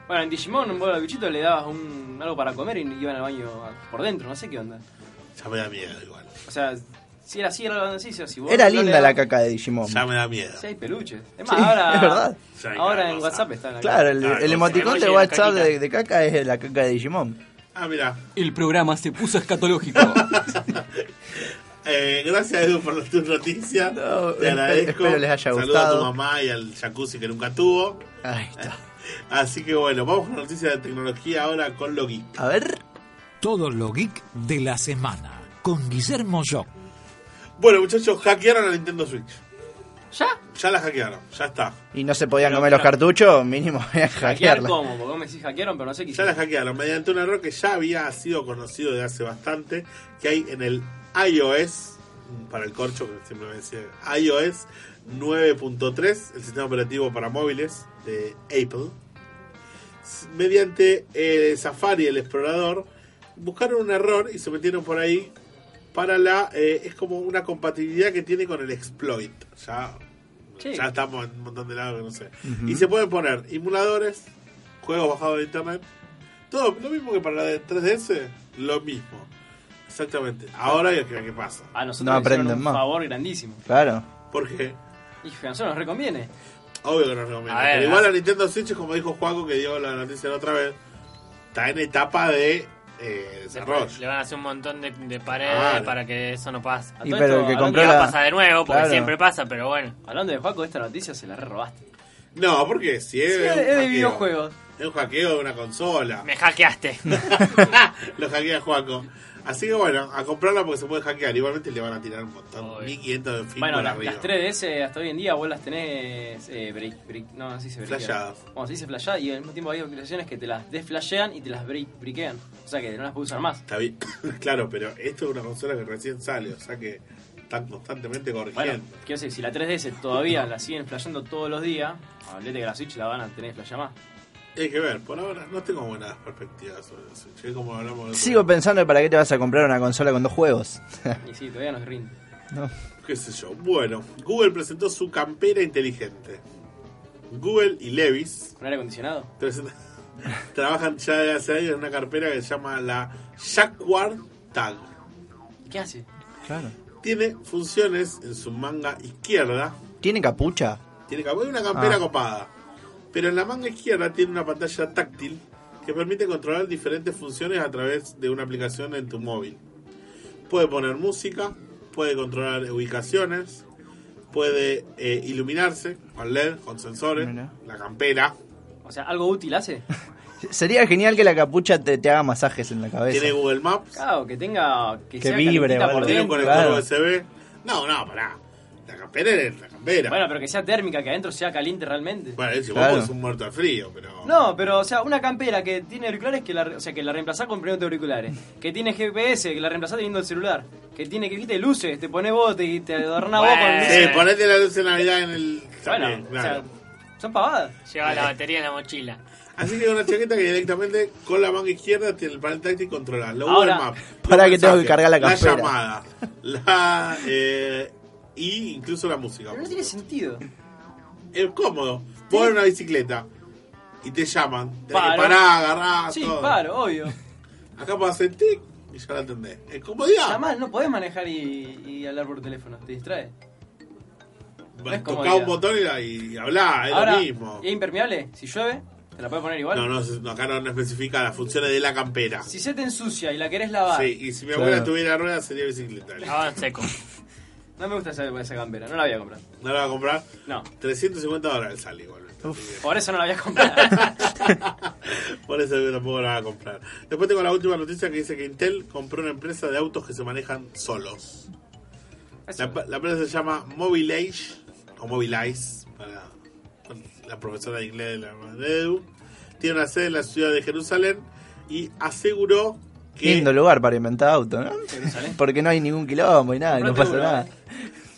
Speaker 5: Bueno, en Digimon, un bolo de bichito le dabas un, algo para comer y iban al baño a- por dentro, no sé qué onda.
Speaker 4: Ya me da miedo igual.
Speaker 5: O sea, si era así, era algo así. Si vos
Speaker 9: Era
Speaker 5: no le
Speaker 9: linda la
Speaker 5: dabas-
Speaker 9: caca de Digimon.
Speaker 4: Ya me da miedo.
Speaker 5: Sí, hay peluches. Es más,
Speaker 9: Sí,
Speaker 5: ahora.
Speaker 9: es verdad.
Speaker 4: Sí, hay
Speaker 5: Ahora
Speaker 4: cada
Speaker 5: en
Speaker 4: cosa.
Speaker 5: WhatsApp está en la
Speaker 9: Claro, el,
Speaker 4: Claro,
Speaker 9: el
Speaker 4: sí.
Speaker 9: emoticón
Speaker 7: Oye,
Speaker 9: de
Speaker 7: la
Speaker 9: WhatsApp
Speaker 7: caquita.
Speaker 9: de, de caca es la caca de Digimon.
Speaker 4: Ah, mira.
Speaker 10: El programa se puso escatológico.
Speaker 4: Eh, gracias, Edu, por tu noticia.
Speaker 9: No,
Speaker 4: Te
Speaker 9: espe-
Speaker 4: agradezco.
Speaker 9: espero les haya
Speaker 4: Saludo a tu
Speaker 9: gustado.
Speaker 4: mamá y al jacuzzi que nunca tuvo.
Speaker 9: Ahí está.
Speaker 4: Así que bueno, vamos con noticias de tecnología ahora con Logi.
Speaker 9: A ver.
Speaker 10: Todo lo geek de la semana. Con Guillermo Jock.
Speaker 4: Bueno, muchachos, hackearon la Nintendo Switch.
Speaker 5: ¿Ya?
Speaker 4: Ya la hackearon, ya está.
Speaker 9: Y no se podían
Speaker 7: Pero,
Speaker 9: comer los
Speaker 7: claro.
Speaker 9: cartuchos, mínimo voy a
Speaker 5: ¿Hackear
Speaker 9: hackearla.
Speaker 5: cómo? Porque vos me decís hackearon, pero no sé qué
Speaker 4: Ya la
Speaker 5: hicieron.
Speaker 4: hackearon mediante un error que ya había sido conocido de hace bastante, que hay en el iOS, mm, para el corcho que siempre me decía, iOS 9.3, el sistema operativo para móviles de Apple. S- Mediante eh, Safari, el explorador, buscaron un error y se metieron por ahí para la... eh, es como una compatibilidad que tiene con el exploit. Ya,
Speaker 5: Sí.
Speaker 4: ya estamos en un montón de lados que no sé. Y se pueden poner emuladores, juegos bajados de internet. Todo lo mismo que para la de 3DS, lo mismo. Exactamente. Ahora ya que qué pasa.
Speaker 5: A Ah, nosotros
Speaker 9: No
Speaker 5: nos hicieron
Speaker 9: aprenden
Speaker 5: un
Speaker 9: más.
Speaker 5: favor grandísimo.
Speaker 9: Claro.
Speaker 4: Porque
Speaker 5: Y a nosotros nos reconviene.
Speaker 4: obvio que no recomiendo.
Speaker 7: A ver,
Speaker 4: pero igual
Speaker 7: a-
Speaker 4: la Nintendo Switch, como dijo Juaco que dio la noticia la otra vez, está en etapa de eh, desarrollo. Ah,
Speaker 7: Le van a hacer un montón de, de paredes
Speaker 4: Claro.
Speaker 7: para que eso no pase.
Speaker 5: Y pero el que compró
Speaker 7: va a
Speaker 5: la-
Speaker 7: pasar de nuevo, porque
Speaker 5: Claro.
Speaker 7: siempre pasa, pero bueno.
Speaker 5: Hablando de Juaco, esta noticia se la re robaste.
Speaker 4: No, porque si es,
Speaker 5: Sí,
Speaker 4: un
Speaker 5: es de
Speaker 4: hackeo.
Speaker 5: videojuegos.
Speaker 4: Es un hackeo de una consola.
Speaker 7: Me hackeaste.
Speaker 4: Lo hackea Juaco. Así que bueno, a comprarla porque se puede hackear. Igualmente le van a tirar un montón. 1500 de firmware
Speaker 5: Bueno, las,
Speaker 4: arriba.
Speaker 5: las 3DS hasta hoy en día vos las tenés. Eh, break, break- no, así se breakean.
Speaker 4: Flashadas.
Speaker 5: Bueno, se dice flashada y al mismo tiempo hay aplicaciones que te las desflashean y te las break, briquean. O sea que no las puedes usar más.
Speaker 4: Está bien. claro, pero esto es una consola que recién sale, o sea que están constantemente corrigiendo.
Speaker 5: Bueno, quiero decir, si la 3DS todavía la siguen flasheando todos los días, hablete que la Switch la van a tener flasheada más.
Speaker 4: Hay que ver, por ahora no tengo buenas perspectivas sobre la Switch. Es como hablamos de
Speaker 9: Sigo pensando para qué te vas a comprar una consola con dos juegos.
Speaker 5: Y sí, todavía nos rinde.
Speaker 4: qué sé yo. Bueno, Google presentó su campera inteligente. Google y Levis
Speaker 5: ¿Con aire acondicionado?
Speaker 4: trabajan ya desde hace años en una carpera que se llama la Jaguar Tag.
Speaker 5: ¿Qué hace?
Speaker 9: Claro.
Speaker 4: Tiene funciones en su manga izquierda.
Speaker 9: ¿Tiene capucha?
Speaker 4: Tiene cam- una campera
Speaker 9: Ah.
Speaker 4: copada. Pero en la manga izquierda tiene una pantalla táctil que permite controlar diferentes funciones a través de una aplicación en tu móvil. Puede poner música, puede controlar ubicaciones, puede eh, iluminarse con LED, con sensores, la campera.
Speaker 5: O sea, algo útil hace.
Speaker 9: Sería genial que la capucha te, te haga masajes en la cabeza.
Speaker 4: Tiene Google Maps.
Speaker 5: Claro, que tenga. Que,
Speaker 9: Que sea vibre, calentita por vale.
Speaker 4: Tiene un
Speaker 9: dentro,
Speaker 4: conector
Speaker 9: claro.
Speaker 4: USB. No, no, pará. La campera es la campera.
Speaker 5: Bueno, pero que sea térmica, que adentro sea caliente realmente.
Speaker 4: Bueno, es
Speaker 9: Claro.
Speaker 4: es un muerto de frío, pero.
Speaker 5: No, pero, o sea, una campera que tiene auriculares, que la, re- o sea, que la reemplazás con poniéndote auriculares. Que tiene GPS, que la reemplazás teniendo el celular. Que tiene, que viste, luces, te pones vos, te, te adornás vos con
Speaker 4: Sí,
Speaker 5: luces.
Speaker 4: ponete Eh, la luz de Navidad en el.
Speaker 5: Eh, Bueno,
Speaker 4: también,
Speaker 5: o sea,
Speaker 4: claro.
Speaker 5: son pavadas.
Speaker 7: Lleva la batería en la mochila.
Speaker 4: Así que una chaqueta que directamente con la manga izquierda tiene el panel táctil controlar. Lo
Speaker 5: Ahora,
Speaker 4: Google Maps.
Speaker 9: pará
Speaker 4: los
Speaker 9: que tengo que
Speaker 4: mensajes,
Speaker 9: cargar la campera.
Speaker 4: La llamada. La, eh, y incluso la música.
Speaker 5: Pero no tiene sentido.
Speaker 4: Es cómodo. Vos en una bicicleta y te llaman. Tenés que
Speaker 5: Paro.
Speaker 4: parar, agarrar.
Speaker 5: Sí,
Speaker 4: todo.
Speaker 5: claro, obvio.
Speaker 4: Acá podés hacer tic y ya la entendés. Es comodidad.
Speaker 5: Además, no podés manejar y, y hablar por teléfono, te distrae. no
Speaker 4: Tocá
Speaker 5: es comodidad.
Speaker 4: un botón y, la- y hablá, es
Speaker 5: Ahora,
Speaker 4: lo mismo.
Speaker 5: ¿y es impermeable? Si llueve, te la puedes poner igual.
Speaker 4: No, no, se- no, acá no, no especifica las funciones de la campera.
Speaker 5: Si se te ensucia y la querés lavar,
Speaker 4: Sí, y si mi abuela
Speaker 9: Claro.
Speaker 4: tuviera ruedas sería bicicleta.
Speaker 7: Lavaban seco.
Speaker 5: no me gusta esa, esa campera, no la voy a comprar.
Speaker 4: No la va a comprar.
Speaker 5: No,
Speaker 4: 350 dólares sale igual.
Speaker 5: por eso no la voy a comprar.
Speaker 4: Por eso yo tampoco la voy a comprar. Después tengo la última noticia que dice que Intel compró una empresa de autos que se manejan solos.
Speaker 5: Eso.
Speaker 4: La, la empresa se llama Mobilage, o Mobilize, para la profesora de inglés de la hermana de Edu. Tiene una sede en la ciudad de Jerusalén y aseguró que
Speaker 9: Lindo lugar para inventar auto, ¿no?
Speaker 5: Jerusalén.
Speaker 9: Porque no hay ningún quilombo y nada, y no
Speaker 5: Comprate
Speaker 9: pasa
Speaker 5: uno.
Speaker 9: nada.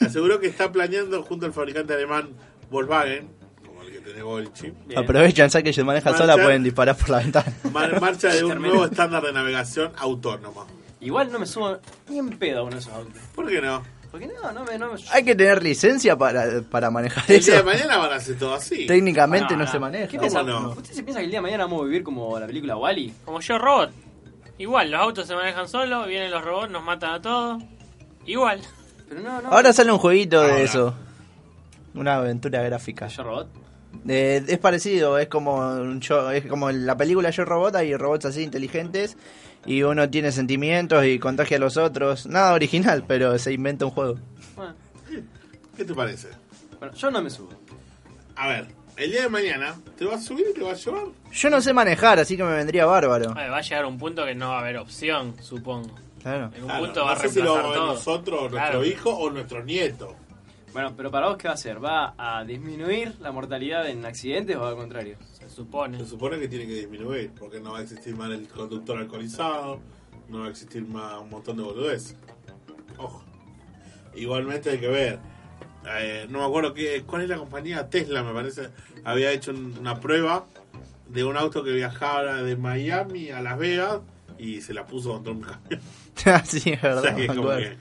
Speaker 4: aseguró que está planeando junto al fabricante alemán Volkswagen, como el que tiene Golchi,
Speaker 5: Bien.
Speaker 9: Aprovechan, ya que se maneja sola,
Speaker 4: Marcha.
Speaker 9: pueden disparar por la ventana.
Speaker 4: mar- marcha de un
Speaker 5: Tremendo.
Speaker 4: nuevo estándar de navegación autónoma.
Speaker 5: Igual no me subo ni en pedo a uno de esos autos.
Speaker 4: ¿Por qué no?
Speaker 5: Porque no, no me. No me
Speaker 9: Hay que tener licencia para, para manejar
Speaker 4: El día de
Speaker 9: eso.
Speaker 4: mañana van a hacer todo así.
Speaker 9: Técnicamente
Speaker 5: Ah,
Speaker 9: no se maneja.
Speaker 5: ¿Qué piensa?
Speaker 4: no?
Speaker 5: ¿Usted se piensa que el día de mañana vamos a vivir como la película Wally?
Speaker 7: Como yo, robot. Igual, los autos se manejan solos, vienen los robots, nos matan a todos. Igual.
Speaker 5: Pero no, no.
Speaker 9: Ahora sale un jueguito
Speaker 4: Ahora.
Speaker 9: de eso. Una aventura gráfica.
Speaker 5: Yo robot.
Speaker 9: Eh, es parecido, es como un yo- es como en la película Yo Robot, hay robots así inteligentes y uno tiene sentimientos y contagia a los otros. Nada original, pero se inventa un juego.
Speaker 5: Bueno,
Speaker 4: ¿Qué te parece?
Speaker 5: bueno, yo no me subo.
Speaker 4: A ver, el día de mañana te vas a subir y te vas a llevar.
Speaker 9: Yo no sé manejar, así que me vendría bárbaro.
Speaker 7: Bueno, va a llegar un punto que no va a haber opción, supongo.
Speaker 9: Claro.
Speaker 7: En un
Speaker 4: Claro,
Speaker 7: punto va a
Speaker 4: Ah, no sé si
Speaker 7: reemplazar
Speaker 4: lo vamos a ver
Speaker 7: todo.
Speaker 4: nosotros, o nuestro
Speaker 7: Claro.
Speaker 4: hijo o nuestro nieto.
Speaker 5: Bueno, pero para vos, ¿qué va a hacer? ¿Va a disminuir la mortalidad en accidentes o al contrario?
Speaker 7: Se supone.
Speaker 4: Se supone que tiene que disminuir, porque no va a existir más el conductor alcoholizado, no va a existir más un montón de boludeces. Ojo. Igualmente hay que ver. Eh, no me acuerdo qué, cuál es la compañía Tesla, me parece. Había hecho un- una prueba de un auto que viajaba de Miami a Las Vegas y se la puso contra un camión.
Speaker 9: sí, es
Speaker 4: O
Speaker 9: verdad.
Speaker 4: sea que
Speaker 9: me
Speaker 4: como
Speaker 9: acuerdo.
Speaker 4: que-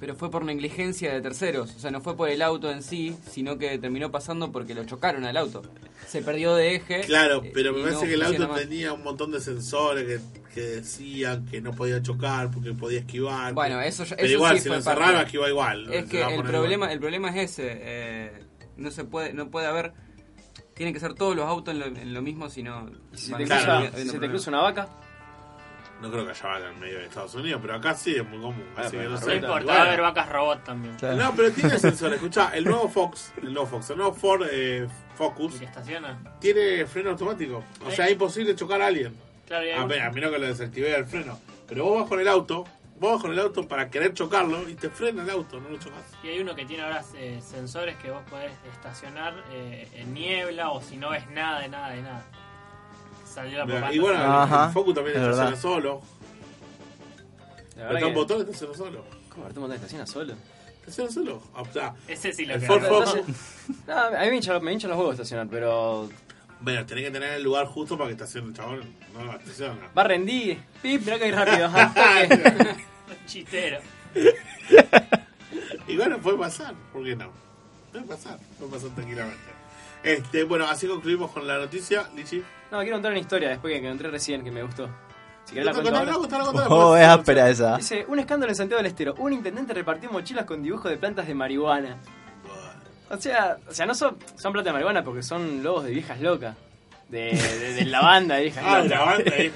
Speaker 8: Pero fue por negligencia de terceros, o sea, no fue por el auto en sí, sino que terminó pasando porque lo chocaron al auto. Se perdió de eje.
Speaker 4: Claro,
Speaker 8: eh,
Speaker 4: pero me
Speaker 8: y
Speaker 4: parece
Speaker 8: no
Speaker 4: que el auto
Speaker 8: funciona más.
Speaker 4: tenía un montón de sensores que, que decían que no podía chocar porque podía esquivar.
Speaker 8: Bueno, eso ya-
Speaker 4: Pero
Speaker 8: eso
Speaker 4: igual,
Speaker 8: sí
Speaker 4: si
Speaker 8: fue
Speaker 4: lo encerraron,
Speaker 8: parte.
Speaker 4: esquiva igual.
Speaker 8: Es
Speaker 4: Se
Speaker 8: que
Speaker 4: va a
Speaker 8: el
Speaker 4: poner
Speaker 8: problema,
Speaker 4: igual.
Speaker 8: el problema es ese. eh, no se puede, no puede haber tienen que ser todos los autos en lo, en lo mismo, si no.
Speaker 5: si
Speaker 8: van a seguir
Speaker 5: te cruza-
Speaker 8: habiendo
Speaker 5: si te
Speaker 8: problemas.
Speaker 5: cruza una vaca.
Speaker 4: No creo que haya vaca en medio de Estados Unidos, pero acá sí es muy común.
Speaker 5: Ah,
Speaker 4: así que
Speaker 5: pero
Speaker 4: no
Speaker 5: en
Speaker 4: sé.
Speaker 5: la
Speaker 4: Igual.
Speaker 5: ruta.
Speaker 7: Porque va a haber vacas robot también.
Speaker 4: No, pero tiene sensor. Escucha, el nuevo Fox, el nuevo Fox, el nuevo Ford eh, Focus
Speaker 7: estaciona?
Speaker 4: tiene freno automático. O sea, es imposible chocar a alguien.
Speaker 7: Claro, y hay
Speaker 4: A,
Speaker 7: un-
Speaker 4: me- Ah, a menos que lo desactive el freno. Pero vos vas con el auto, vos vas con el auto para querer chocarlo y te frena el auto, no lo chocas.
Speaker 7: Y hay uno que tiene ahora eh, sensores que vos podés estacionar eh, en niebla o si no ves nada de nada de nada. Salió la
Speaker 4: Mira,
Speaker 7: papá.
Speaker 4: Y bueno, el-
Speaker 9: Ajá,
Speaker 4: el Focus también
Speaker 9: es
Speaker 4: estaciona
Speaker 9: verdad.
Speaker 4: solo.
Speaker 5: La
Speaker 4: Está
Speaker 5: verdad
Speaker 4: un
Speaker 5: que-
Speaker 4: botón, estaciona solo.
Speaker 5: ¿Cómo Bertón Botón estaciona solo?
Speaker 4: Estaciona solo. O sea,
Speaker 7: Ese sí lo
Speaker 4: el
Speaker 7: que
Speaker 4: Ford Focus.
Speaker 5: Entonces- No, a mí me hincha, me hincha los huevos estacionar, pero.
Speaker 4: Bueno, tenés que tener el lugar justo para que estacione el chabón. No, no, estaciona.
Speaker 5: Va a rendir. Pip, mirá que hay rápido. al toque.
Speaker 7: Chistero.
Speaker 4: Y bueno, puede pasar, ¿por qué no? Puede pasar, puede pasar tranquilamente. Este, bueno, así concluimos con la noticia, Lichi.
Speaker 5: No, quiero contar una historia después que que encontré recién que me gustó. Si querés la cuento
Speaker 4: Contala,
Speaker 5: ahora.
Speaker 4: contala, contala,
Speaker 9: Oh, es
Speaker 4: contala.
Speaker 9: áspera esa.
Speaker 5: Dice, un escándalo en Santiago del Estero. Un intendente repartió mochilas con dibujos de plantas de marihuana. O sea, o sea, no son, son plantas de marihuana porque son lobos de viejas locas. De, de, de la banda de viejas
Speaker 4: Ah,
Speaker 5: locas.
Speaker 4: la banda ahí.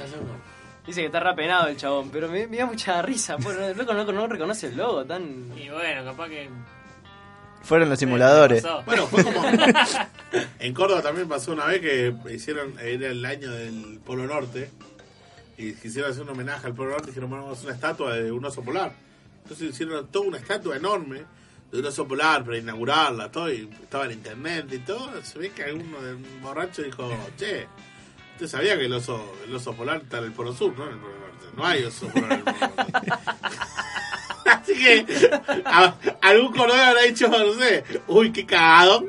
Speaker 5: Dice que está rapenado el chabón, pero me, me da mucha risa. Pobre, el loco no, no reconoce el logo tan...
Speaker 7: Y bueno, capaz que.
Speaker 9: Fueron los simuladores.
Speaker 7: pasó.
Speaker 4: Bueno, fue como. en Córdoba también pasó una vez que hicieron. Era el año del Polo Norte. Y quisieron hacer un homenaje al Polo Norte. y Dijeron, bueno, vamos a hacer una estatua de un oso polar. Entonces hicieron toda una estatua enorme de un oso polar para inaugurarla. Todo, y estaba el internet y todo. Se ve que alguno de un borracho dijo, che. Usted sabía que el oso, el oso polar está en el polo sur, ¿no? En el polo norte. No hay oso polar en el polo norte. Así que a- algún cordero habrá dicho, no sé, uy, qué cagado.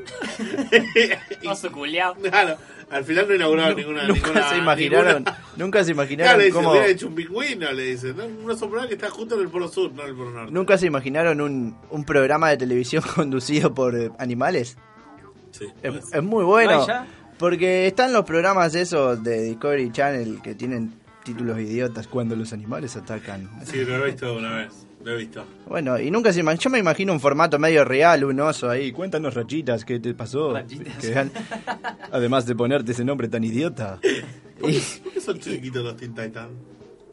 Speaker 4: Y-
Speaker 7: Oso culiao.
Speaker 4: claro, al final no inauguraron ninguna.
Speaker 9: Nunca
Speaker 4: ninguna-
Speaker 9: se imaginaron,
Speaker 4: ninguna-
Speaker 9: nunca se
Speaker 4: Claro, le
Speaker 9: imaginaron
Speaker 4: dicen,
Speaker 9: cómo,
Speaker 4: hubiera hecho un pingüino, le dicen. ¿no? Un oso polar que está justo en el polo sur, no en el polo norte.
Speaker 9: nunca se imaginaron un, un programa de televisión conducido por eh, animales.
Speaker 4: Sí, puede
Speaker 9: Es,
Speaker 4: ser.
Speaker 9: es muy bueno.
Speaker 5: ¿No hay ya?
Speaker 9: Porque están los programas esos de Discovery Channel que tienen títulos idiotas cuando los animales atacan.
Speaker 4: Sí, lo he visto una vez. Lo he visto.
Speaker 9: Bueno, y nunca se imagina. Yo me imagino un formato medio real, un oso ahí. Cuéntanos rachitas, Oh, ¿qué te pasó?
Speaker 5: Rachitas.
Speaker 9: Que han- además de ponerte ese nombre tan idiota. Y-
Speaker 4: ¿Por qué son chiquitos los Teen Titans?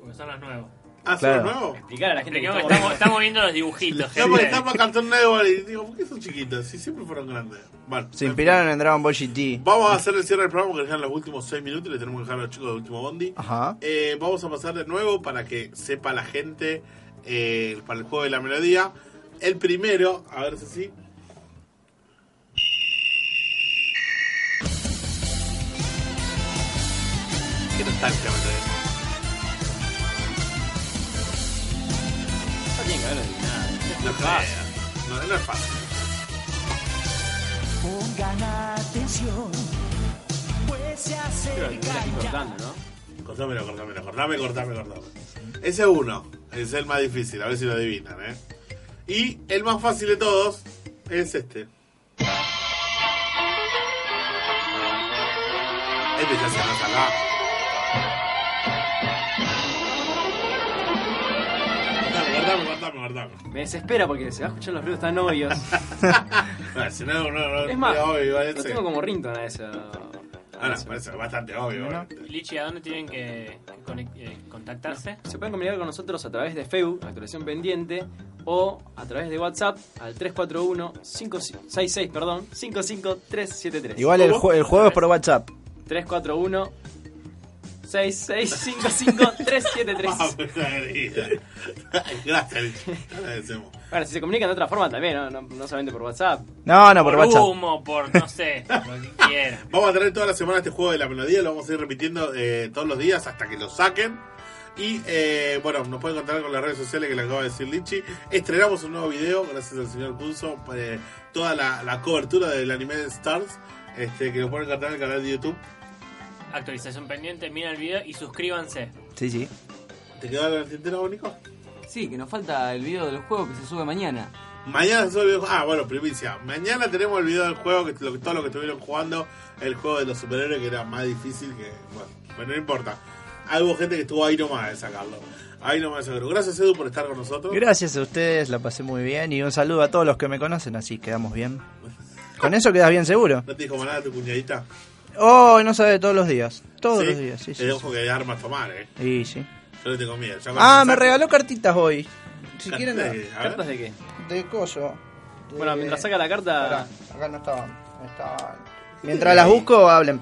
Speaker 7: Porque son los nuevos.
Speaker 4: Ah,
Speaker 9: Claro.
Speaker 4: ¿son nuevos?
Speaker 5: Explicar a la gente que
Speaker 7: Explicamos que Estamos,
Speaker 5: estamos-
Speaker 7: estamos viendo los dibujitos,
Speaker 4: No,
Speaker 7: gente.
Speaker 4: porque estaba Cartón Network y digo, ¿por qué son chiquitos? Si siempre fueron grandes. Bueno,
Speaker 9: se
Speaker 4: en
Speaker 9: inspiraron en Dragon Ball GT.
Speaker 4: Vamos a hacer el cierre del programa porque dejan los últimos 6 minutos y le tenemos que dejar a los chicos del último bondi.
Speaker 9: Ajá.
Speaker 4: Eh, vamos a pasar de nuevo para que sepa la gente eh, para el juego de la melodía. El primero, a ver si sí. Qué nostalgia me trae.
Speaker 5: No tiene que haber adivinado.
Speaker 4: No, creas. no, no es fácil.
Speaker 5: Pero lo estás importando, ¿no?
Speaker 4: Cortámelo, cortámelo, cortame, cortame, cortame. Ese es uno, es el más difícil, a ver si lo adivinan, ¿eh? Y el más fácil de todos es este. Este ya se nota acá. Cortame, cortame, cortame, cortame.
Speaker 5: Me desespera porque se va a escuchar los ruidos tan obvios.
Speaker 4: Ah, si no, no, no,
Speaker 5: Es más,
Speaker 4: era obvio, igual
Speaker 5: lo
Speaker 4: ese.
Speaker 5: tengo como Rinton a esa...
Speaker 4: Ah, no, parece bastante obvio. obviamente.
Speaker 7: Lichi, ¿a dónde tienen que conec- eh, contactarse?
Speaker 5: Se pueden comunicar con nosotros a través de Facebook, actualización pendiente, o a través de WhatsApp al 341 566, perdón, 55373.
Speaker 9: Igual el, jue- el juego es por WhatsApp.
Speaker 5: 341 373.
Speaker 4: Vamos, herida. Gracias, Lichi. Te agradecemos.
Speaker 5: Bueno, si se comunican de otra forma también, no, no, no solamente por WhatsApp.
Speaker 9: Ah, No, no, por WhatsApp.
Speaker 7: humo, por no sé, lo que quieran.
Speaker 4: Vamos a tener toda la semana este juego de la melodía, lo vamos a ir repitiendo eh, todos los días hasta que lo saquen. Y eh, bueno, nos pueden contar con las redes sociales que le acaba de decir Lichi. Estrenamos un nuevo video, gracias al señor Curso, eh, toda la, la cobertura del anime de Stars, este, que nos pueden encontrar en el canal de YouTube.
Speaker 7: Actualización pendiente, miren el video y suscríbanse.
Speaker 9: Sí, sí.
Speaker 4: ¿Te quedó algo en el tintero, Nico?
Speaker 8: Sí, que nos falta el video del juego que se sube mañana.
Speaker 4: Mañana se sube el video- Ah, bueno, primicia. Mañana tenemos el video del juego, que lo- todo lo que estuvieron jugando, el juego de los superhéroes, que era más difícil que. Bueno, bueno, no importa. Ah, Hubo gente que estuvo ahí nomás de sacarlo. Ahí nomás de sacarlo. Gracias, Edu, por estar con nosotros.
Speaker 9: Gracias a ustedes, la pasé muy bien y un saludo a todos los que me conocen, así quedamos bien. Con eso quedas bien seguro.
Speaker 4: ¿No te dijo nada tu cuñadita?
Speaker 9: Oh, no sabe todos los días. Todos
Speaker 4: Sí, eh,
Speaker 9: los días, sí, sí.
Speaker 4: Te dejo que armas tomar, eh.
Speaker 9: Sí, sí.
Speaker 4: Yo le tengo miedo. ya cuando
Speaker 9: Ah,
Speaker 4: pensás-
Speaker 9: me regaló cartitas hoy. Si
Speaker 4: Cartas
Speaker 9: quieren, eh,
Speaker 4: de- a ver.
Speaker 5: ¿Cartas de qué?
Speaker 9: de coso.
Speaker 5: Bueno, mientras saca la
Speaker 9: Pará,
Speaker 5: carta.
Speaker 9: acá no estaban. no estaban. Mientras las busco, hablen.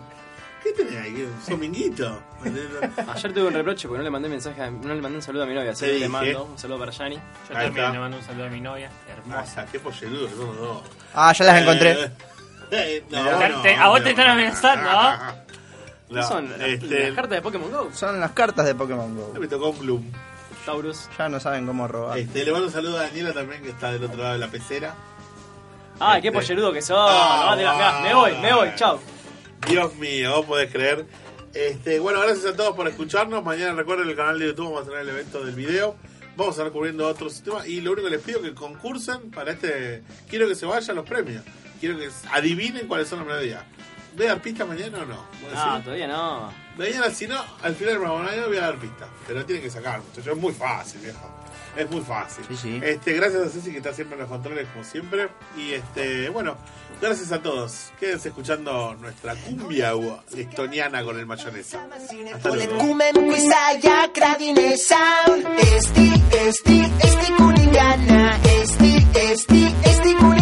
Speaker 4: ¿Qué tenés ahí? Un sominguito.
Speaker 9: Ah,
Speaker 5: Ayer tuve un reproche porque no le mandé mensaje, a- no le mandé un saludo a mi novia. Así
Speaker 4: Te
Speaker 5: que le
Speaker 4: dije.
Speaker 5: mando un saludo para Yanni.
Speaker 7: Yo
Speaker 4: Ahí
Speaker 7: también
Speaker 4: está.
Speaker 7: le mando un saludo a mi novia. Hermosa.
Speaker 4: Masa, qué polleludo que somos dos.
Speaker 9: Ah, ya las encontré.
Speaker 4: Eh, eh, no,
Speaker 7: Ya
Speaker 4: no,
Speaker 7: te- a vos
Speaker 4: no,
Speaker 7: te están
Speaker 4: no.
Speaker 7: amenazando, ¿ah?
Speaker 4: No,
Speaker 5: ¿Qué son las,
Speaker 4: este,
Speaker 5: las cartas de Pokémon GO?
Speaker 9: Son las cartas de Pokémon GO.
Speaker 4: Me tocó un Gloom.
Speaker 5: Taurus.
Speaker 9: Ya no saben cómo robar.
Speaker 4: Este, le mando un saludo a Daniela también, que está del otro lado de la pecera.
Speaker 5: Ah,
Speaker 4: Este.
Speaker 5: qué pollerudo que sos.
Speaker 4: Ah,
Speaker 5: Lavate las gas. Me voy, me voy,
Speaker 4: bueno.
Speaker 5: chao.
Speaker 4: Dios mío, vos podés creer. Este, bueno, gracias a todos por escucharnos. Mañana recuerden el canal de YouTube, vamos a tener el evento del video. Vamos a estar cubriendo otros temas. Y lo único que les pido es que concursen para este. Quiero que se vayan los premios. Quiero que adivinen cuáles son las melodías. ¿Voy a dar pista mañana o no? ¿Vos
Speaker 5: No,
Speaker 4: decís?
Speaker 5: todavía no.
Speaker 4: Mañana, si no, al final del programa mañana voy a dar pista. Pero tienen que sacar, muchachos. Es muy fácil, viejo. Es muy fácil.
Speaker 9: Sí, sí.
Speaker 4: Este, gracias a Ceci que está siempre en los controles, como siempre. Y este, bueno, gracias a todos. Quédense escuchando nuestra cumbia agua estoniana con el mayonesa. Hasta luego.
Speaker 11: Esti, esti, esti con Indiana. Esti, esti, esti con